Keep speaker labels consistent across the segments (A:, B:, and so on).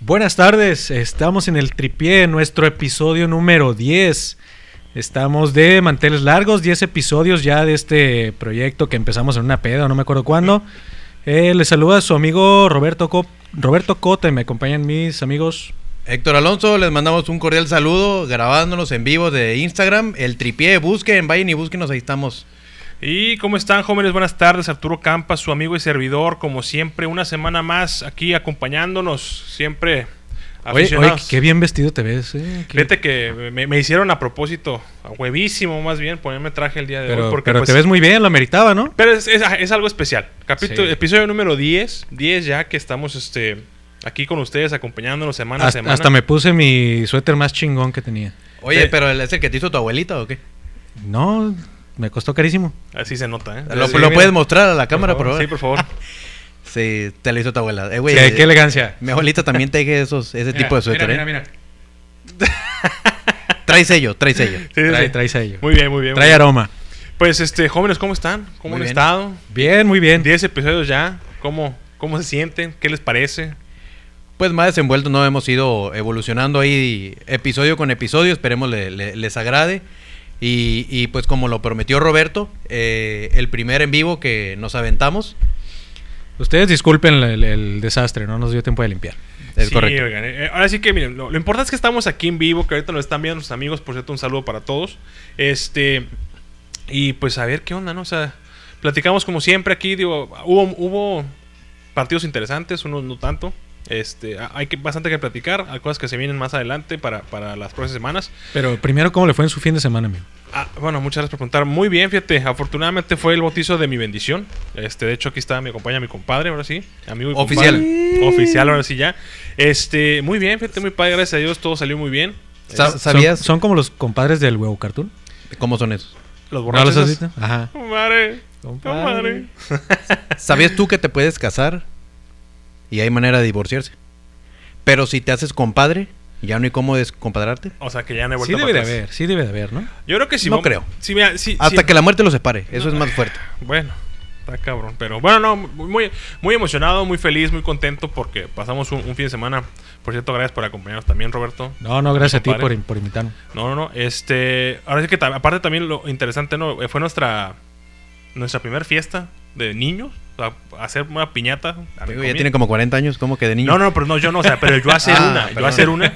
A: Buenas tardes, estamos en el tripié, nuestro episodio número 10. Estamos de manteles largos, 10 episodios ya de este proyecto que empezamos en una peda, no me acuerdo cuándo. Eh, les saluda su amigo Roberto, Co Roberto Cote, me acompañan mis amigos.
B: Héctor Alonso, les mandamos un cordial saludo grabándonos en vivo de Instagram, el tripié, busquen, vayan y búsquenos, ahí estamos.
C: ¿Y cómo están jóvenes? Buenas tardes, Arturo Campas, su amigo y servidor, como siempre, una semana más aquí acompañándonos, siempre
A: Oye, oye, qué bien vestido te ves. Eh, qué-
C: Fíjate que me, me hicieron a propósito, a huevísimo más bien, ponerme traje el día de
A: pero
C: hoy. Porque
A: pero
C: pues,
A: te ves muy bien, lo meritaba, ¿no?
C: Pero es, es- es algo especial. Capítulo,
A: Sí.
C: Episodio número 10, 10 ya que estamos este, aquí con ustedes acompañándonos semana a
A: Hasta,
C: semana.
A: hasta me puse mi suéter más chingón que tenía.
B: Oye,
C: Sí.
B: pero ¿es el que te hizo tu abuelita o qué?
A: No, me costó carísimo.
C: Así se nota, ¿eh?
B: Lo,
C: Sí,
B: lo
C: mira.
B: puedes mostrar a la cámara,
C: por
B: por
C: favor.
B: favor.
C: Sí, por favor.
B: Sí, te lo hizo tu abuela. Eh, güey,
A: qué,
B: eh,
A: qué elegancia.
B: mi abuelita también te teje esos, ese
A: Este
B: tipo de suéter,
A: Mira,
B: ¿eh?
A: mira, mira.
B: Trae sello, trae sello.
C: Sí, sí,
A: Trae,
C: sí.
A: trae sello.
C: Muy bien, muy bien.
A: Trae
C: muy bien.
A: aroma.
C: Pues, este, jóvenes, ¿cómo están? ¿Cómo
B: Muy
C: han
B: bien.
C: estado?
A: Bien, muy bien.
C: 10 episodios ya. ¿Cómo, ¿Cómo se sienten? ¿Qué les parece?
B: Pues más desenvuelto, no hemos ido evolucionando ahí episodio con episodio, esperemos le- le- les agrade. Y, y, pues como lo prometió Roberto, eh, el primer en vivo que nos aventamos,
A: Ustedes disculpen el, el- el desastre, no nos dio tiempo de limpiar.
B: es
C: Sí,
B: correcto.
C: oigan, eh, eh, ahora sí que miren, lo, lo importante es que estamos aquí en vivo, que ahorita nos están viendo nuestros amigos, por cierto, un saludo para todos. Este, y pues a ver qué onda, ¿no? O sea, platicamos como siempre aquí, digo, hubo, hubo partidos interesantes, unos no tanto. Este, a- hay que, bastante que platicar, hay cosas que se vienen más adelante para, para las próximas semanas.
A: Pero primero, ¿cómo le fue en su fin de semana, amigo?
C: Ah, bueno, muchas gracias por preguntar. Muy bien, fíjate, afortunadamente fue el bautizo de mi bendición. Este, de hecho, aquí está mi acompaña mi compadre, ahora sí. Amigo y
B: Oficial.
C: compadre. Oficial, ahora sí ya. Este, muy bien, fíjate, muy padre, gracias a Dios, todo salió muy bien.
B: Sa-
C: Es-
B: ¿Sabías
A: Son, son como los compadres del huevo cartoon.
B: cómo son esos?
C: los
A: ¿No
C: borrachos.
A: los has
C: esos-
A: visto? Ajá.
C: Compadre,
A: Compadre.
C: compadre.
B: ¿Sabías tú que te puedes casar y hay manera de divorciarse? Pero si te haces compadre, ya no hay cómo descompadrarte.
C: O sea, que ya no hay
A: Sí
C: vuelta
A: debe de
C: para atrás.
A: haber, sí debe de haber, ¿no?
C: Yo creo que sí.
B: No
C: vamos-
B: creo.
C: Sí, mira, sí,
B: Hasta
C: sí.
B: que la muerte los separe, eso es más fuerte.
C: Bueno, está cabrón. Pero bueno, no, muy, muy emocionado, muy feliz, muy contento porque pasamos un, un fin de semana. Por cierto, gracias por acompañarnos también, Roberto.
A: No, no, gracias a ti
C: Compadre.
A: por, por invitarme.
C: No, no, no. Este. Ahora sí que tam- aparte también lo interesante, ¿no? Eh, Fue nuestra. Nuestra primera fiesta de niños. O sea, hacer una piñata. a mi
B: Amigo, ya
C: comida.
B: tiene como 40 años, como que de niño.
C: Ah, No, no, pero no, yo no, o sea, pero yo hacer
B: Ah,
C: una, yo
B: perdón.
C: hacer una.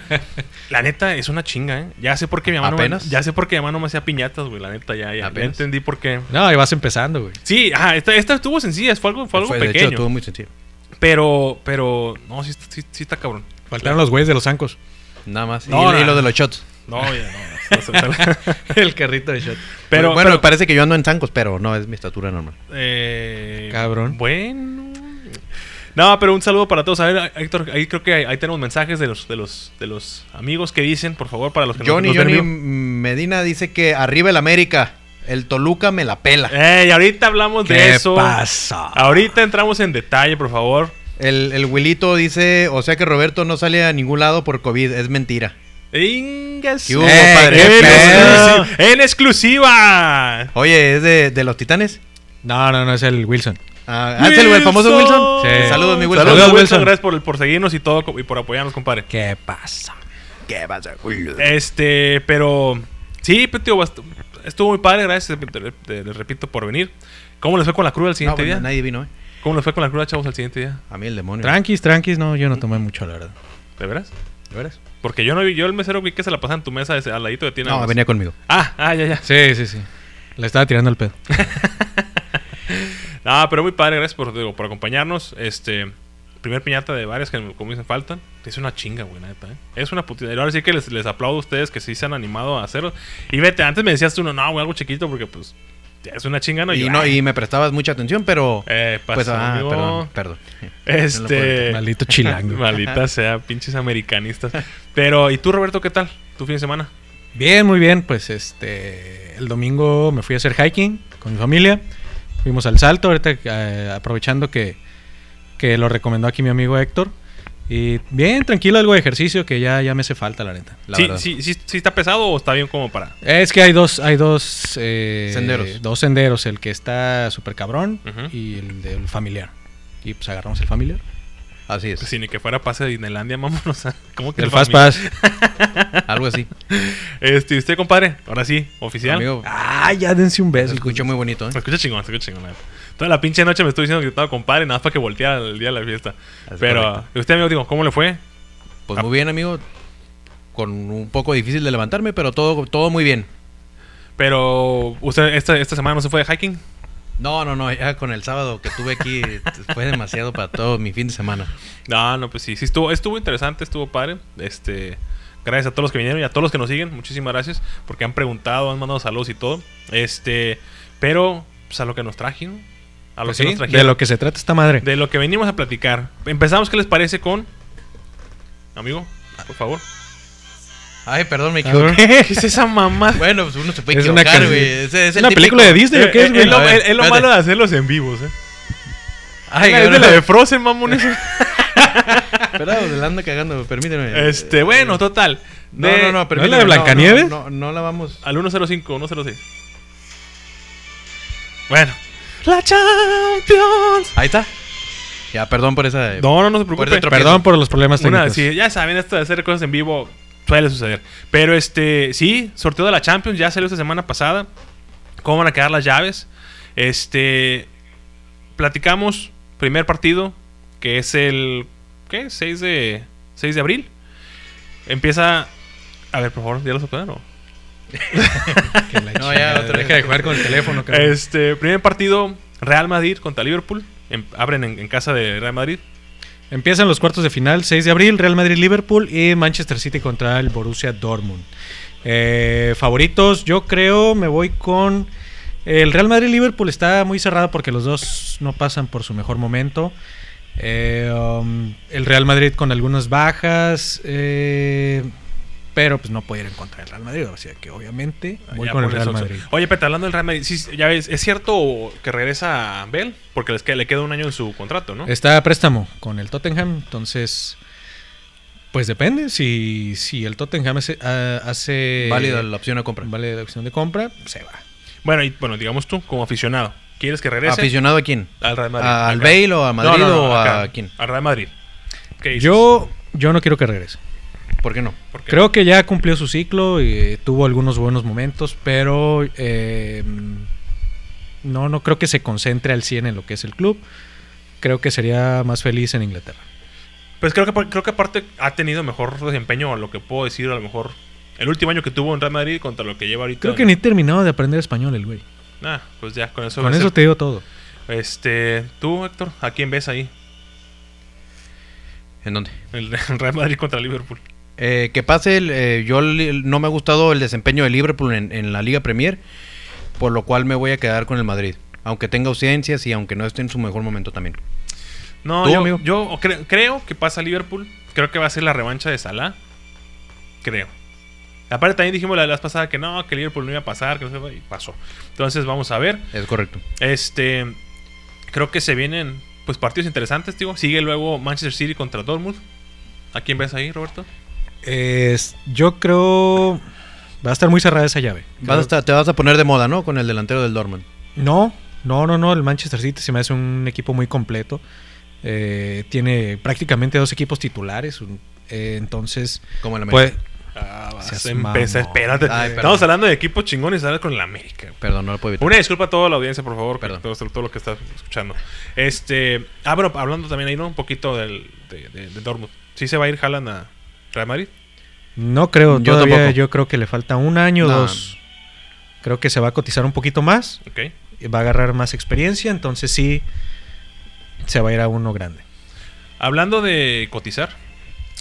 C: La neta es una chinga, ¿eh? Ya sé por qué mi mamá no me,
B: Apenas.
C: ya sé por qué mi mamá no me hacía piñatas, güey, la neta ya ya, ya
B: Apenas.
C: entendí por qué.
A: No, ahí vas empezando, güey.
C: Sí, ajá, esta, esta estuvo sencilla, fue algo fue algo
B: Pues Fue, de
C: pequeño.
B: hecho, estuvo muy sencillo.
C: Pero pero no, sí, está- sí, sí está cabrón.
A: Faltaron los güeyes de los zancos.
B: Nada más.
C: No,
B: y, y
C: no.
B: lo de los shots.
C: No, ya no. no, no, no, no.
A: El carrito de shot.
C: pero
B: bueno,
C: pero-
B: parece que yo ando en zancos, pero no es mi estatura normal.
C: Eh,
A: Cabrón.
C: Bueno. No, pero un saludo para todos. A ver, Héctor, ahí creo que ahí, ahí tenemos mensajes de los, de los, de los amigos que dicen, por favor, para los que
B: Johnny,
C: nos ven
B: Johnny
C: en vivo.
B: Medina dice que arriba el América, el Toluca me la pela.
C: Ey, Eh, ahorita hablamos de
A: ¿Qué
C: eso.
A: pasa?
C: Ahorita entramos en detalle, por favor.
B: El, el Wilito dice, o sea que Roberto no sale a ningún lado por COVID, es mentira.
C: Ingas.
B: ¿Qué hubo,
C: Ey,
B: padre?
C: en,
B: ¿Qué
C: exclusiva, en exclusiva.
B: Oye, ¿es de, de los titanes?
A: No, no, no, es el Wilson.
B: Ah, ¿es el, el famoso Wilson?
A: Sí.
B: Saludos, mi Wilson.
C: Saludos,
A: Saludos,
C: Wilson.
A: Wilson.
C: Gracias por, por seguirnos y todo y por apoyarnos, compadre.
A: ¿Qué pasa?
B: ¿Qué pasa, Wilson?
C: Este, pero sí, pues, tío, bast- estuvo muy padre, gracias, te- te- te- les repito, por venir. ¿Cómo les fue con la cruda al
B: No,
C: siguiente
B: bueno,
C: día?
B: nadie vino, ¿eh?
C: ¿Cómo les fue con la cruda, chavos, al siguiente día?
B: A mí el demonio.
A: Tranquis, tranquis, no, yo no tomé mucho, la verdad.
C: ¿De veras?
B: ¿De veras?
C: Porque yo no vi, yo el mesero vi que se la pasaba en tu mesa ese- al ladito de ti. nada
B: No,
C: más.
B: venía conmigo.
C: Ah, ah, ya, ya.
A: Sí, sí, sí. Le estaba tirando el pedo.
C: Ah, pero muy padre, gracias por, digo, por acompañarnos. Este, primer piñata de varias que, como dicen, faltan. Es una chinga, güey, la neta, ¿eh? Es una putida. Y ahora sí que les, les aplaudo a ustedes que sí se han animado a hacerlo. Y vete, antes me decías tú, no, no, güey, algo chiquito, porque pues, ya es una chinga, ¿no?
B: y,
C: yo,
B: no,
C: ah,
B: y me prestabas mucha atención, pero...
C: Eh, pasó,
B: pues, ah,
C: amigo.
B: perdón, perdón. No lo puedo
C: Este.
B: evitar.
A: Maldito chilango.
C: Maldita sea, pinches americanistas. Pero, ¿y tú, Roberto, qué tal? ¿Tu fin de semana?
A: Bien, muy bien. Pues este. El domingo me fui a hacer hiking con mi familia. Fuimos al salto, ahorita eh, aprovechando que, que lo recomendó aquí mi amigo Héctor. Y bien, tranquilo, algo de ejercicio que ya, ya me hace falta, la neta. La
C: sí,
A: verdad.
C: sí, sí, sí está pesado o está bien como para.
A: Es que hay dos, hay dos eh,
B: Senderos.
A: Dos senderos, el que está súper cabrón
C: Ujú.
A: y el del familiar. Y pues agarramos el familiar.
B: Así es.
C: Pues, si ni que fuera pase de Disneylandia, vámonos a. ¿Cómo que
A: El
C: el
A: Fast
C: familia?
A: Pass.
B: Algo así.
C: Este, ¿y usted, compadre? Ahora sí, oficial.
B: Amigo,
A: Ah, ya dense un
B: se
A: beso.
B: escuchó muy bonito, ¿eh?
C: Se escucha chingón, se escucha chingón. la neta. Toda la pinche noche me estoy diciendo que estaba compadre, nada más para que volteara el día de la fiesta.
B: Es
C: Pero,
B: correcto.
C: ¿y usted, amigo, digo, ¿cómo le fue? ah.
B: Pues muy bien, amigo. Con un poco difícil de levantarme, pero todo, todo muy bien.
C: Pero, ¿usted esta, esta semana no se fue de hiking?
B: No, no, no, ya con el sábado que tuve aquí fue demasiado para todo mi fin de semana.
C: No, no, pues sí, sí estuvo, estuvo interesante, estuvo padre. Este, gracias a todos los que vinieron y a todos los que nos siguen, muchísimas gracias, porque han preguntado, han mandado saludos y todo. Este, pero, pues a lo que nos trajeron, a lo
A: Pues
C: que
A: sí,
C: nos
A: de
C: trajeron,
A: lo que se trata esta madre.
C: de lo que venimos a platicar. Empezamos, ¿qué les parece con, amigo, por favor?
B: Ay, perdón, me
A: Cabrón.
B: equivoqué.
C: ¿Qué es esa mamá?
B: Bueno, pues uno se puede
A: Es una
B: equivocar,
A: can-
B: güey. Ese- es
A: ¿Es
B: el
A: una
B: típico-
A: película de Disney o
C: Eh,
A: qué es,
C: eh,
A: güey?
C: Es lo,
B: A ver,
C: es- es lo
B: espérate.
C: malo de hacerlos en vivos, eh.
B: Ay,
C: Es de
B: cabrón.
C: la de Frozen, mamones.
B: Perdón, la ando cagando, permíteme.
C: Este, bueno, total.
B: No,
C: De-
B: no, no,
A: ¿No es
B: permíteme.
A: la de Blancanieves?
B: No, no, no la vamos.
C: Al 105, 106. Bueno.
A: La Champions.
B: Ahí está. Ya, perdón por esa. eh,
C: No, no, no se preocupe.
B: Fuerte tropiezo.
A: Perdón por los problemas
C: Una,
A: técnicos.
C: sí, ya saben, esto de hacer cosas en vivo suele suceder. Pero este, sí, sorteo de la Champions ya salió esta semana pasada. ¿Cómo van a quedar las llaves? Este, platicamos primer partido, que es el ¿qué? 6 de 6 de abril. Empieza a ver, por favor, ya lo sortearon. o?
A: Que la
B: No,
A: chingada,
B: ya, otra vez.
A: Deja de jugar con el teléfono, cabrón.
C: Este, primer partido Real Madrid contra Liverpool. Em- abren en, en casa de Real Madrid.
A: Empiezan los cuartos de final, 6 de abril, Real Madrid-Liverpool y Manchester City contra el Borussia Dortmund. Eh, favoritos, yo creo, me voy con... El Real Madrid-Liverpool está muy cerrado porque los dos no pasan por su mejor momento. Eh, um, el Real Madrid con algunas bajas, eh, pero pues no puede ir en contra del Real Madrid, o sea que obviamente voy
C: Ya
A: con el
C: pones
A: Real
C: opción.
A: Madrid.
C: Oye, pero hablando del Real Madrid, sí, ya ves, ¿es cierto que regresa Bell? Porque les que, le queda un año en su contrato, ¿no?
A: Está a préstamo con el Tottenham, entonces... Pues depende, si, si el Tottenham hace... ah, hace
B: Eh, Válida la opción a compra.
A: vale la opción de compra, se va.
C: Bueno, y bueno, digamos tú, como aficionado, ¿quieres que regrese
B: ¿Aficionado a quién?
C: al Real Madrid?
B: ¿Al
C: Acá.
B: Bale o a Madrid
C: No, no, no,
B: o a
C: acá,
B: quién?
C: Al Real Madrid. ¿Qué dices?
A: Yo, yo no quiero que regrese.
B: ¿Por qué no?
C: ¿Por qué?
A: Creo que ya cumplió su ciclo y eh, tuvo algunos buenos momentos, pero eh, no, no creo que se concentre al 100 en lo que es el club. Creo que sería más feliz en Inglaterra.
C: Pues creo que, por- creo que aparte ha tenido mejor desempeño, a lo que puedo decir, a lo mejor el último año que tuvo en Real Madrid contra lo que lleva ahorita.
A: Creo que ni terminado de aprender español el güey.
C: Nah, pues ya, con eso.
A: Con
C: es
A: eso
C: el-
A: te digo todo.
C: Este, tú, Héctor, ¿a quién ves ahí?
B: ¿En dónde?
C: El el Real Madrid contra Liverpool.
B: Eh, que pase, el, eh, yo li- no me ha gustado el desempeño de Liverpool en, en la Liga Premier, por lo cual me voy a quedar con el Madrid. Aunque tenga ausencias y aunque no esté en su mejor momento también.
C: No,
B: ¿Tú,
C: yo,
B: amigo?
C: yo cre- creo que pasa Liverpool. Creo que va a ser la revancha de Salah. Creo. Aparte también dijimos la vez pasada que no, que Liverpool no iba a pasar, que no sé, y pasó. Entonces vamos a ver.
B: Es correcto.
C: Este, creo que se vienen pues partidos interesantes, digo. Sigue luego Manchester City contra Dortmund. ¿A quién ves ahí, Roberto?
A: Es- yo creo va a estar muy cerrada esa llave.
B: Vas a estar- te vas a poner de moda, ¿no? Con el delantero del Dortmund.
A: No, no, no, no. El Manchester City se me hace un equipo muy completo. Eh, tiene prácticamente dos equipos titulares. un- eh, entonces,
B: Como el América.
A: pues,
C: Ah, vas
A: Seas
C: a empezar,
A: mamón.
C: espérate.
B: Ay, perdón.
C: Estamos hablando de equipos chingones, ahora con la América.
B: Perdón, no lo puedo evitar.
C: Una disculpa a toda la audiencia, por favor,
B: Perdón.
C: Perdón. Todo, todo lo que está escuchando. Este, ah, bueno, hablando también ahí, ¿no? Un poquito del, de, de- de Dortmund. ¿Sí se va a ir Haaland a Real Madrid?
A: no creo.
B: Yo
A: Yo todavía
B: tampoco.
A: yo creo que le falta un año,
B: No.
A: dos. Creo que se va a cotizar un poquito más.
C: Ok.
A: y Va a agarrar más experiencia. Entonces, sí, se va a ir a uno grande.
C: Hablando de cotizar,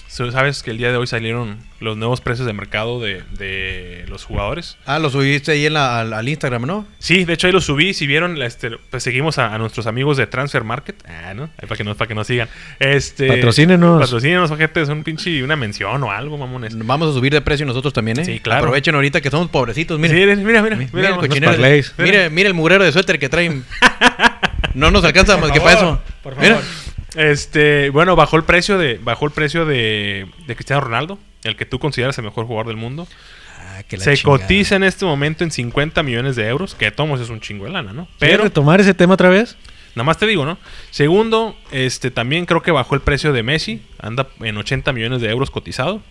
C: so- sabes que el día de hoy salieron los nuevos precios de mercado de, de los jugadores.
B: Ah, lo subiste ahí en la- al, al Instagram, ¿no?
C: Sí, de hecho ahí los subí. Si vieron, la, este, pues seguimos a, a nuestros amigos de Transfer Market. Ah, ¿no? Ahí para que nos, para que nos sigan. Este,
A: Patrocínenos.
C: Patrocínenos, ojete. Es un pinche, una mención o algo, mamones.
B: Vamos a subir de precio nosotros también, ¿eh?
C: Sí, claro.
B: Aprovechen ahorita que somos pobrecitos, miren.
C: Sí, mira, mira,
B: Mi-
C: mira,
B: Mira, el
C: nomás.
B: cochinero.
A: unos parlays.
B: Mira, mira el murero de suéter que traen. No nos alcanza más que para eso.
A: Por
B: Mira.
A: favor.
C: Este, bueno, bajó el precio de, bajó el precio de, de Cristiano Ronaldo, el que tú consideras el mejor jugador del mundo.
B: Ah, que la
C: Se
B: chingada.
C: cotiza en este momento en 50 millones de euros, que tomos es un chingo de lana, ¿no?
A: ¿Quieres
C: Pero
A: retomar ese tema otra vez?
C: Nada más te digo, ¿no? Segundo, este también creo que bajó el precio de Messi, anda en 80 millones de euros cotizado.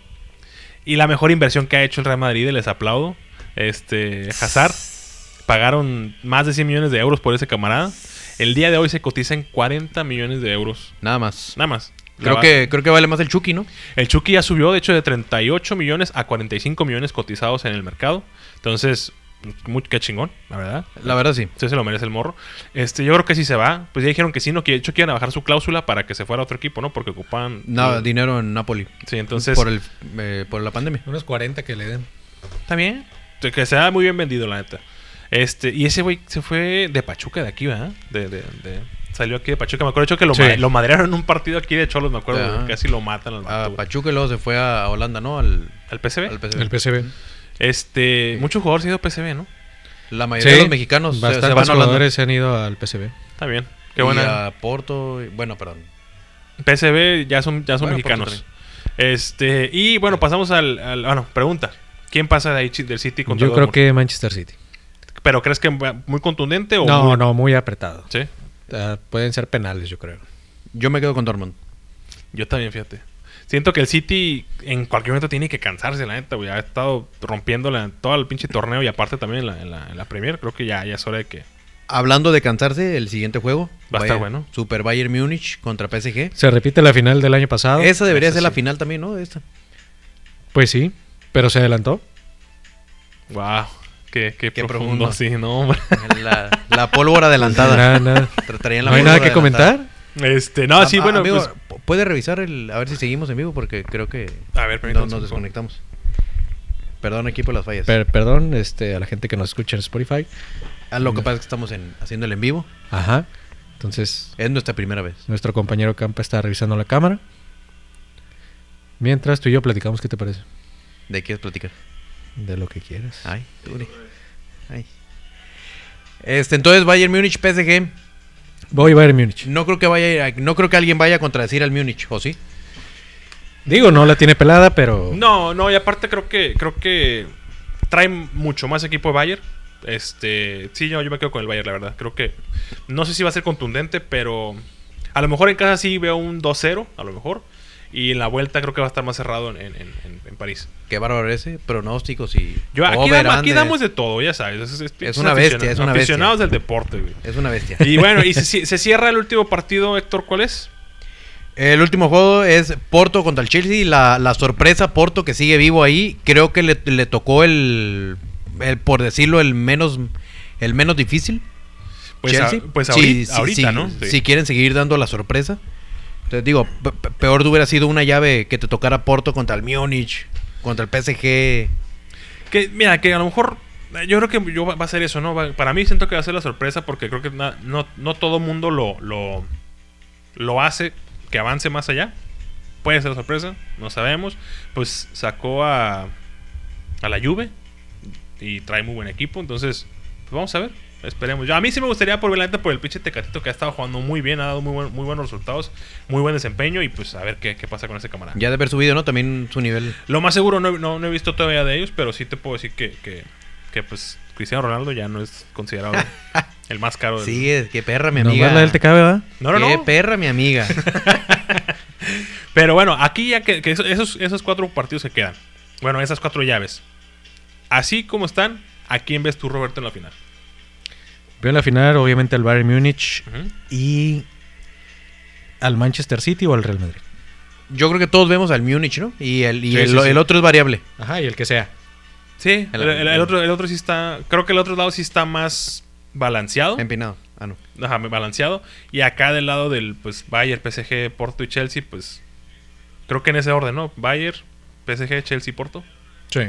C: Y la mejor inversión que ha hecho el Real Madrid, les aplaudo, este Hazard, pagaron más de 100 millones de euros por ese camarada. El día de hoy se cotiza en 40 millones de euros,
B: Nada más.
C: nada más.
B: Creo
C: La-
B: que, creo que vale más el Chucky, ¿no?
C: el Chucky ya subió, de hecho, de 38 millones a 45 millones cotizados en el mercado. Entonces, muy, qué chingón, la verdad.
B: La verdad sí.
C: Entonces se lo merece el morro. Este, yo creo que si se va, pues ya dijeron que sí, no, que de hecho quieren bajar su cláusula para que se fuera a otro equipo, ¿no? Porque ocupan.
B: Nada, dinero en Napoli.
C: Sí, entonces.
B: por, el, eh, por la pandemia.
A: Unos 40 que le den.
C: Está bien. De Que sea muy bien vendido, la neta. Este, y ese güey se fue de Pachuca de aquí, ¿verdad? De, de- de- salió aquí de Pachuca. Me acuerdo de hecho que lo,
B: Sí.
C: ma- lo madrearon en un partido aquí de Cholos, me acuerdo.
B: Ajá.
C: güey. Casi lo matan al
B: A
C: vato, güey.
B: Ah, Pachuca y luego se fue a Holanda, ¿no? Al,
C: al PCB.
B: al PSV.
A: El PCB.
C: Este, muchos jugadores han ido a PCB, ¿no?
B: La mayoría de los mexicanos se, se
A: bastantes
B: van a Holanda.
A: jugadores se han ido al PCB.
C: Está bien. Qué
B: Y
C: buena.
B: a Porto. y- bueno, perdón.
C: PSV ya son, ya son
B: Bueno,
C: mexicanos.
B: Porto
C: Este, y bueno, pasamos al, al- bueno, pregunta. ¿Quién pasa de ahí chi- del City contra
A: Yo creo
C: Dortmund?
A: que Manchester City.
C: ¿Pero crees que va- muy contundente o
A: No,
C: muy-
A: no, muy apretado.
C: Sí,
A: Ah, pueden ser penales, yo creo.
B: Yo me quedo con Dortmund.
C: yo también, fíjate. Siento que el City en cualquier momento tiene que cansarse, la neta, güey. Ha estado rompiendo la- todo el pinche torneo y aparte también en la, en la- en la Premier. Creo que ya, ya es hora de que...
B: Hablando de cansarse, el siguiente juego.
C: Va a estar
B: Bayern-
C: bueno.
B: Super Bayern Múnich contra PSG.
A: Se repite la final del año pasado.
B: Esa debería
C: Ah, Esa
B: ser la
C: sí.
B: final también, ¿no? De esta.
A: Pues sí, pero se adelantó.
C: ¡Wow! ¡Qué, qué,
B: Qué
C: profundo!
B: profundo.
C: Sí, no, hombre.
B: La, la pólvora adelantada.
A: Nada, nada.
B: Tra- traían la
A: No hay nada
B: pólvora
A: que
B: adelantada. Ah,
A: comentar.
C: Este, no,
B: A-
C: sí,
B: a-
C: bueno,
B: amigo,
C: pues... Ah,
B: p- ¿Puede revisar el, a ver si seguimos en vivo? Porque creo que
C: A ver,
B: no,
C: permítanos
B: nos
C: un poco.
B: desconectamos. Perdón aquí por las fallas.
A: Per- perdón este, a la gente que nos escucha en Spotify.
B: Ah, lo que pasa es que estamos en, haciendo el en vivo.
A: Ajá. Entonces,
B: Es nuestra primera vez.
A: nuestro compañero Campa está revisando la cámara. Mientras tú y yo platicamos, ¿qué te parece?
B: ¿De qué es platicar?
A: De lo que quieras.
B: Ay, Turi. Ay. Este, entonces Bayern Múnich, PSG.
A: Voy a Bayern Múnich.
B: No creo que vaya, no creo que alguien vaya a contradecir al Múnich, ¿o sí?
A: Digo, no la tiene pelada, pero.
C: No, no, y aparte creo que creo que trae mucho más equipo de Bayern. Este, sí, yo, yo me quedo con el Bayern, la verdad. Creo que no sé si va a ser contundente, pero a lo mejor en casa sí veo un 2-0, a lo mejor. Y en la vuelta creo que va a estar más cerrado en, en- en- en París.
B: Qué bárbaro ese. Pronósticos y.
C: Yo, aquí,
B: over,
C: damos, aquí
B: under.
C: damos de todo, ya sabes. Es,
B: Oh, Es una bestia, es una bestia.
C: Aficionados del deporte, güey.
B: Es una bestia.
C: Y bueno, y se, se cierra el último partido, Héctor, ¿cuál es?
B: El último juego es Porto contra el Chelsea. La, la sorpresa, Porto que sigue vivo ahí. Creo que le, le tocó el, el, por decirlo, el menos, el menos difícil.
C: Pues, a-
B: Chelsea.
C: pues
B: Sí,
C: ahorita,
B: sí,
C: ahorita,
B: sí,
C: ¿no? Sí.
B: Si quieren seguir dando la sorpresa. Entonces digo, pe- pe- peor hubiera sido una llave que te tocara Porto contra el Múnich, contra el PSG.
C: Que, mira, que a lo mejor. eh, Yo creo que yo va va a ser eso, ¿no? Va- Para mí siento que va a ser la sorpresa porque creo que na- no, no todo mundo lo, lo, lo hace que avance más allá. Puede ser la sorpresa, no sabemos. Pues sacó a, a la Juve y trae muy buen equipo. Entonces, pues vamos a ver. Esperemos. Yo- a mí sí me gustaría por ver la neta por el pinche Tecatito que ha estado jugando muy bien, ha dado muy, buen- muy buenos resultados, muy buen desempeño y pues a ver qué, qué pasa con ese camarada.
B: Ya de haber subido, ¿no? También su nivel.
C: Lo más seguro no, no- no he visto todavía de ellos, pero sí te puedo decir que, que, que, pues Cristiano Ronaldo ya no es considerado el más caro del
B: Sí, es- qué perra, mi
A: Nomás
B: amiga.
A: la del TKB, ¿verdad?
C: No, no,
B: Qué
C: no.
B: perra, mi amiga.
C: Pero bueno, aquí ya que, que eso- esos, esos cuatro partidos se quedan. Bueno, esas cuatro llaves. Así como están, ¿a quién ves tú, Roberto, en la final?
A: Veo en la final, obviamente, al Bayern Múnich
C: Ujú.
A: y. al Manchester City o al Real Madrid.
B: Yo creo que todos vemos al Múnich, ¿no? Y el, y
A: Sí,
B: el,
A: sí, sí.
B: el otro es variable.
A: Ajá, y el que sea.
C: Sí, el,
B: El-
C: el- el otro, el otro sí está. Creo que el otro lado sí está más balanceado.
B: Empinado. Ah, no.
C: Ajá, balanceado. Y acá del lado del pues Bayern, PSG, Porto y Chelsea, pues. Creo que en ese orden, ¿no? Bayern, PSG, Chelsea, Porto.
A: Sí.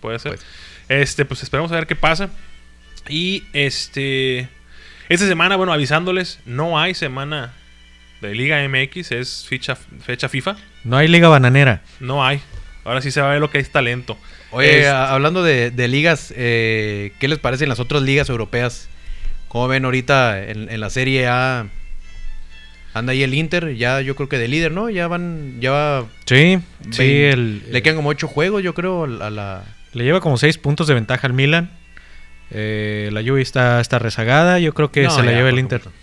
C: Puede ser.
B: Pues.
C: Este, pues esperamos a ver qué pasa. Y este. Esta semana, bueno, avisándoles, no hay semana de Liga MX, es fecha, fecha FIFA.
A: No hay liga bananera.
C: No hay. Ahora sí se va a ver lo que es talento. Este,
B: Oye,
C: Es-
B: a- hablando de, de ligas, eh, ¿qué les parecen las otras ligas europeas? ¿Cómo ven ahorita en, en la Serie A? Anda ahí el Inter, ya yo creo que de líder, ¿no? Ya van, ya va
A: Sí, sí,
B: vein-
A: el,
B: le quedan como ocho juegos, yo creo, a la...
A: le lleva como 6 puntos de ventaja al Milan. Eh, la Juve está, está rezagada, yo creo que
B: No,
A: se la
B: ya,
A: lleva el
B: por
A: Inter.
B: supuesto.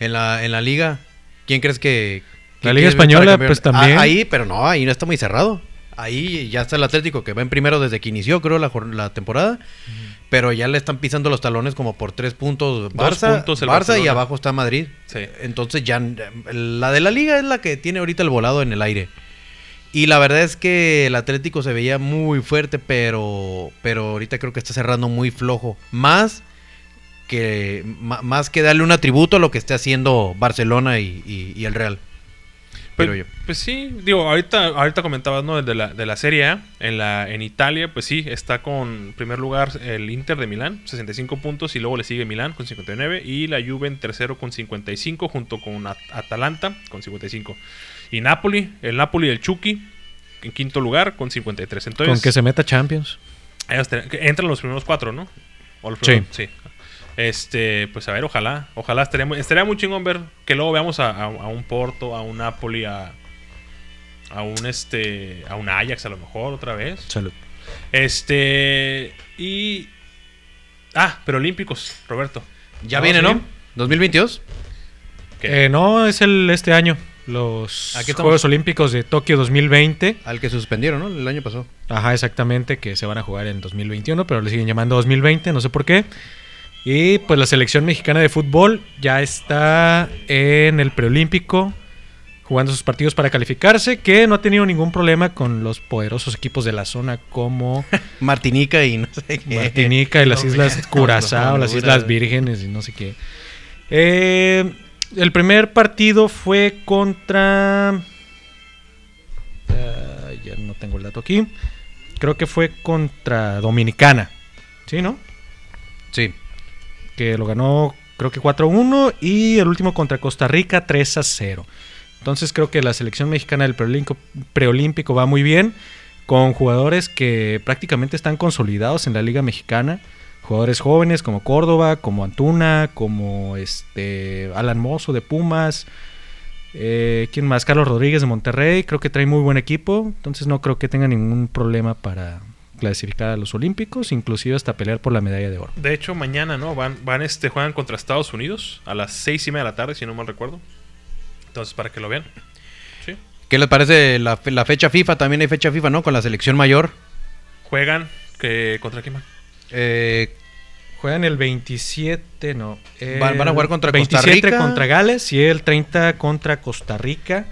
B: En la, en la liga, ¿quién crees que...
A: La
B: quién quieres
A: liga
B: ver
A: española,
B: para campeón?
A: pues, también.
B: Ah, ahí, pero no, ahí no está muy cerrado. Ahí ya está el Atlético, que va en primero desde que inició, creo, la, jor- la temporada. Pero ya le están pisando los talones como por tres puntos
C: Dos
B: Barça,
C: puntos el
B: Barça y
C: Barcelona.
B: abajo está Madrid.
C: Sí.
B: Entonces ya la de la liga es la que tiene ahorita el volado en el aire. Y la verdad es que el Atlético se veía muy fuerte, pero pero ahorita creo que está cerrando muy flojo, más que ma- más que darle un atributo a lo que esté haciendo Barcelona y, y- y el Real.
C: Pues,
B: Pero yo.
C: pues sí, digo, ahorita, ahorita comentabas, ¿no? El de la, de la Serie A en, la, en Italia, pues sí, está con en primer lugar el Inter de Milán, 65 puntos, y luego le sigue Milán con 59, y la Juve en tercero con 55, junto con At- Atalanta con 55. Y Napoli, el Napoli del Chucky, en quinto lugar con 53. Entonces,
A: Con que se meta Champions.
C: ellos ten- que entran los primeros cuatro, ¿no? O los
A: Sí.
C: primeros- sí. Este, pues a ver, ojalá, ojalá estaría muy, estaría muy chingón ver que luego veamos a, a- a un Porto, a un Napoli, a, a un este, a un Ajax a lo mejor otra vez.
A: Salud.
C: Este y ah, pero Olímpicos, Roberto.
B: Ya
C: No,
B: viene,
C: sí.
B: ¿no? 2022.
C: ¿Qué?
A: Eh, no, es el este año. Los
B: Aquí estamos.
A: Juegos Olímpicos de Tokio 2020.
B: Al que suspendieron, ¿no? El año pasado.
A: Ajá, exactamente, que se van a jugar en 2021, pero le siguen llamando 2020, no sé por qué. Y pues la selección mexicana de fútbol ya está en el preolímpico jugando sus partidos para calificarse, que no ha tenido ningún problema con los poderosos equipos de la zona como
B: Martinica y no sé qué.
A: Martinica y las
B: eh, No,
A: Islas
B: no,
A: Curazao,
B: no,
A: las
B: no,
A: Islas
B: no.
A: Vírgenes y no sé qué. Eh, el primer partido fue contra... Ah, ya no tengo el dato aquí. Creo que fue contra Dominicana. ¿Sí, no?
B: Sí.
A: Que lo ganó creo que 4-1 y el último contra Costa Rica 3-0. Entonces creo que la selección mexicana del preolínco- preolímpico va muy bien con jugadores que prácticamente están consolidados en la Liga Mexicana. Jugadores jóvenes como Córdoba, como Antuna, como este Alan Mozo de Pumas. Eh, ¿Quién más? Carlos Rodríguez de Monterrey. Creo que trae muy buen equipo. Entonces no creo que tenga ningún problema para clasificar a los Olímpicos. Inclusive hasta pelear por la medalla de oro.
C: De hecho, mañana, ¿no? Van, van, este, juegan contra Estados Unidos a las seis y media de la tarde, si no mal recuerdo. Entonces, para que lo vean. Sí.
B: ¿Qué les parece la, fe- la fecha FIFA? También hay fecha FIFA, ¿no? Con la selección mayor.
C: Juegan que contra quién van?
B: Eh,
A: Juegan el 27, no.
B: Van-
A: el
B: van a jugar contra Costa
A: 27
B: Rica.
A: contra Gales y el 30 contra Costa Rica.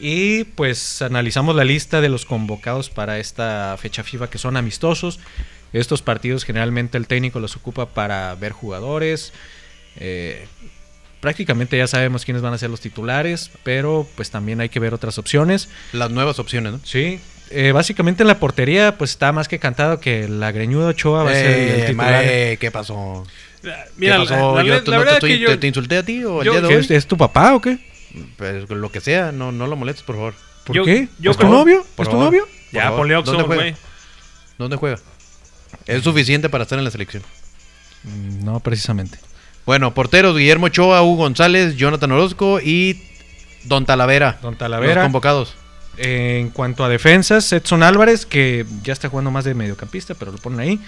A: Y pues analizamos la lista de los convocados para esta fecha FIFA que son amistosos. Estos partidos generalmente el técnico los ocupa para ver jugadores. Eh, prácticamente ya sabemos quiénes van a ser los titulares, pero pues también hay que ver otras opciones.
B: las nuevas opciones, ¿no?
A: Sí. eh, básicamente en la portería pues está más que cantado que la greñuda
C: Ah,
A: Ochoa va a ser el
B: Eh,
A: titular.
B: madre, ¿Qué pasó?
C: Mira,
B: ¿Qué
C: la-
B: pasó?
C: la,
B: Yo
C: la
B: te- no
C: verdad
B: te,
C: es que
B: estoy-
C: yo,
B: te- te insulté a ti o el
C: yo-
B: día de
A: ¿Qué
B: hoy.
A: es, es tu papá o qué?
B: Pues, lo que sea, no, no lo molestes, por favor.
A: ¿Por
C: Yo-
A: qué?
C: yo
A: ¿Es tu
C: creo-
A: novio?
B: por
A: ¿Es tu
B: favor.
A: novio?
B: Por
C: ya
B: favor,
C: ponle Oxxo,
B: ¿dónde juega?
C: güey.
B: ¿Dónde juega? Es suficiente para estar en la selección.
A: Mm, No, precisamente.
B: Bueno, porteros, Guillermo Ochoa, Hugo González, Jonathan Orozco y Don Talavera.
A: Don Talavera. eh,
B: Los convocados.
A: En cuanto a defensas, Edson Álvarez, que ya está jugando más de mediocampista, pero lo ponen ahí.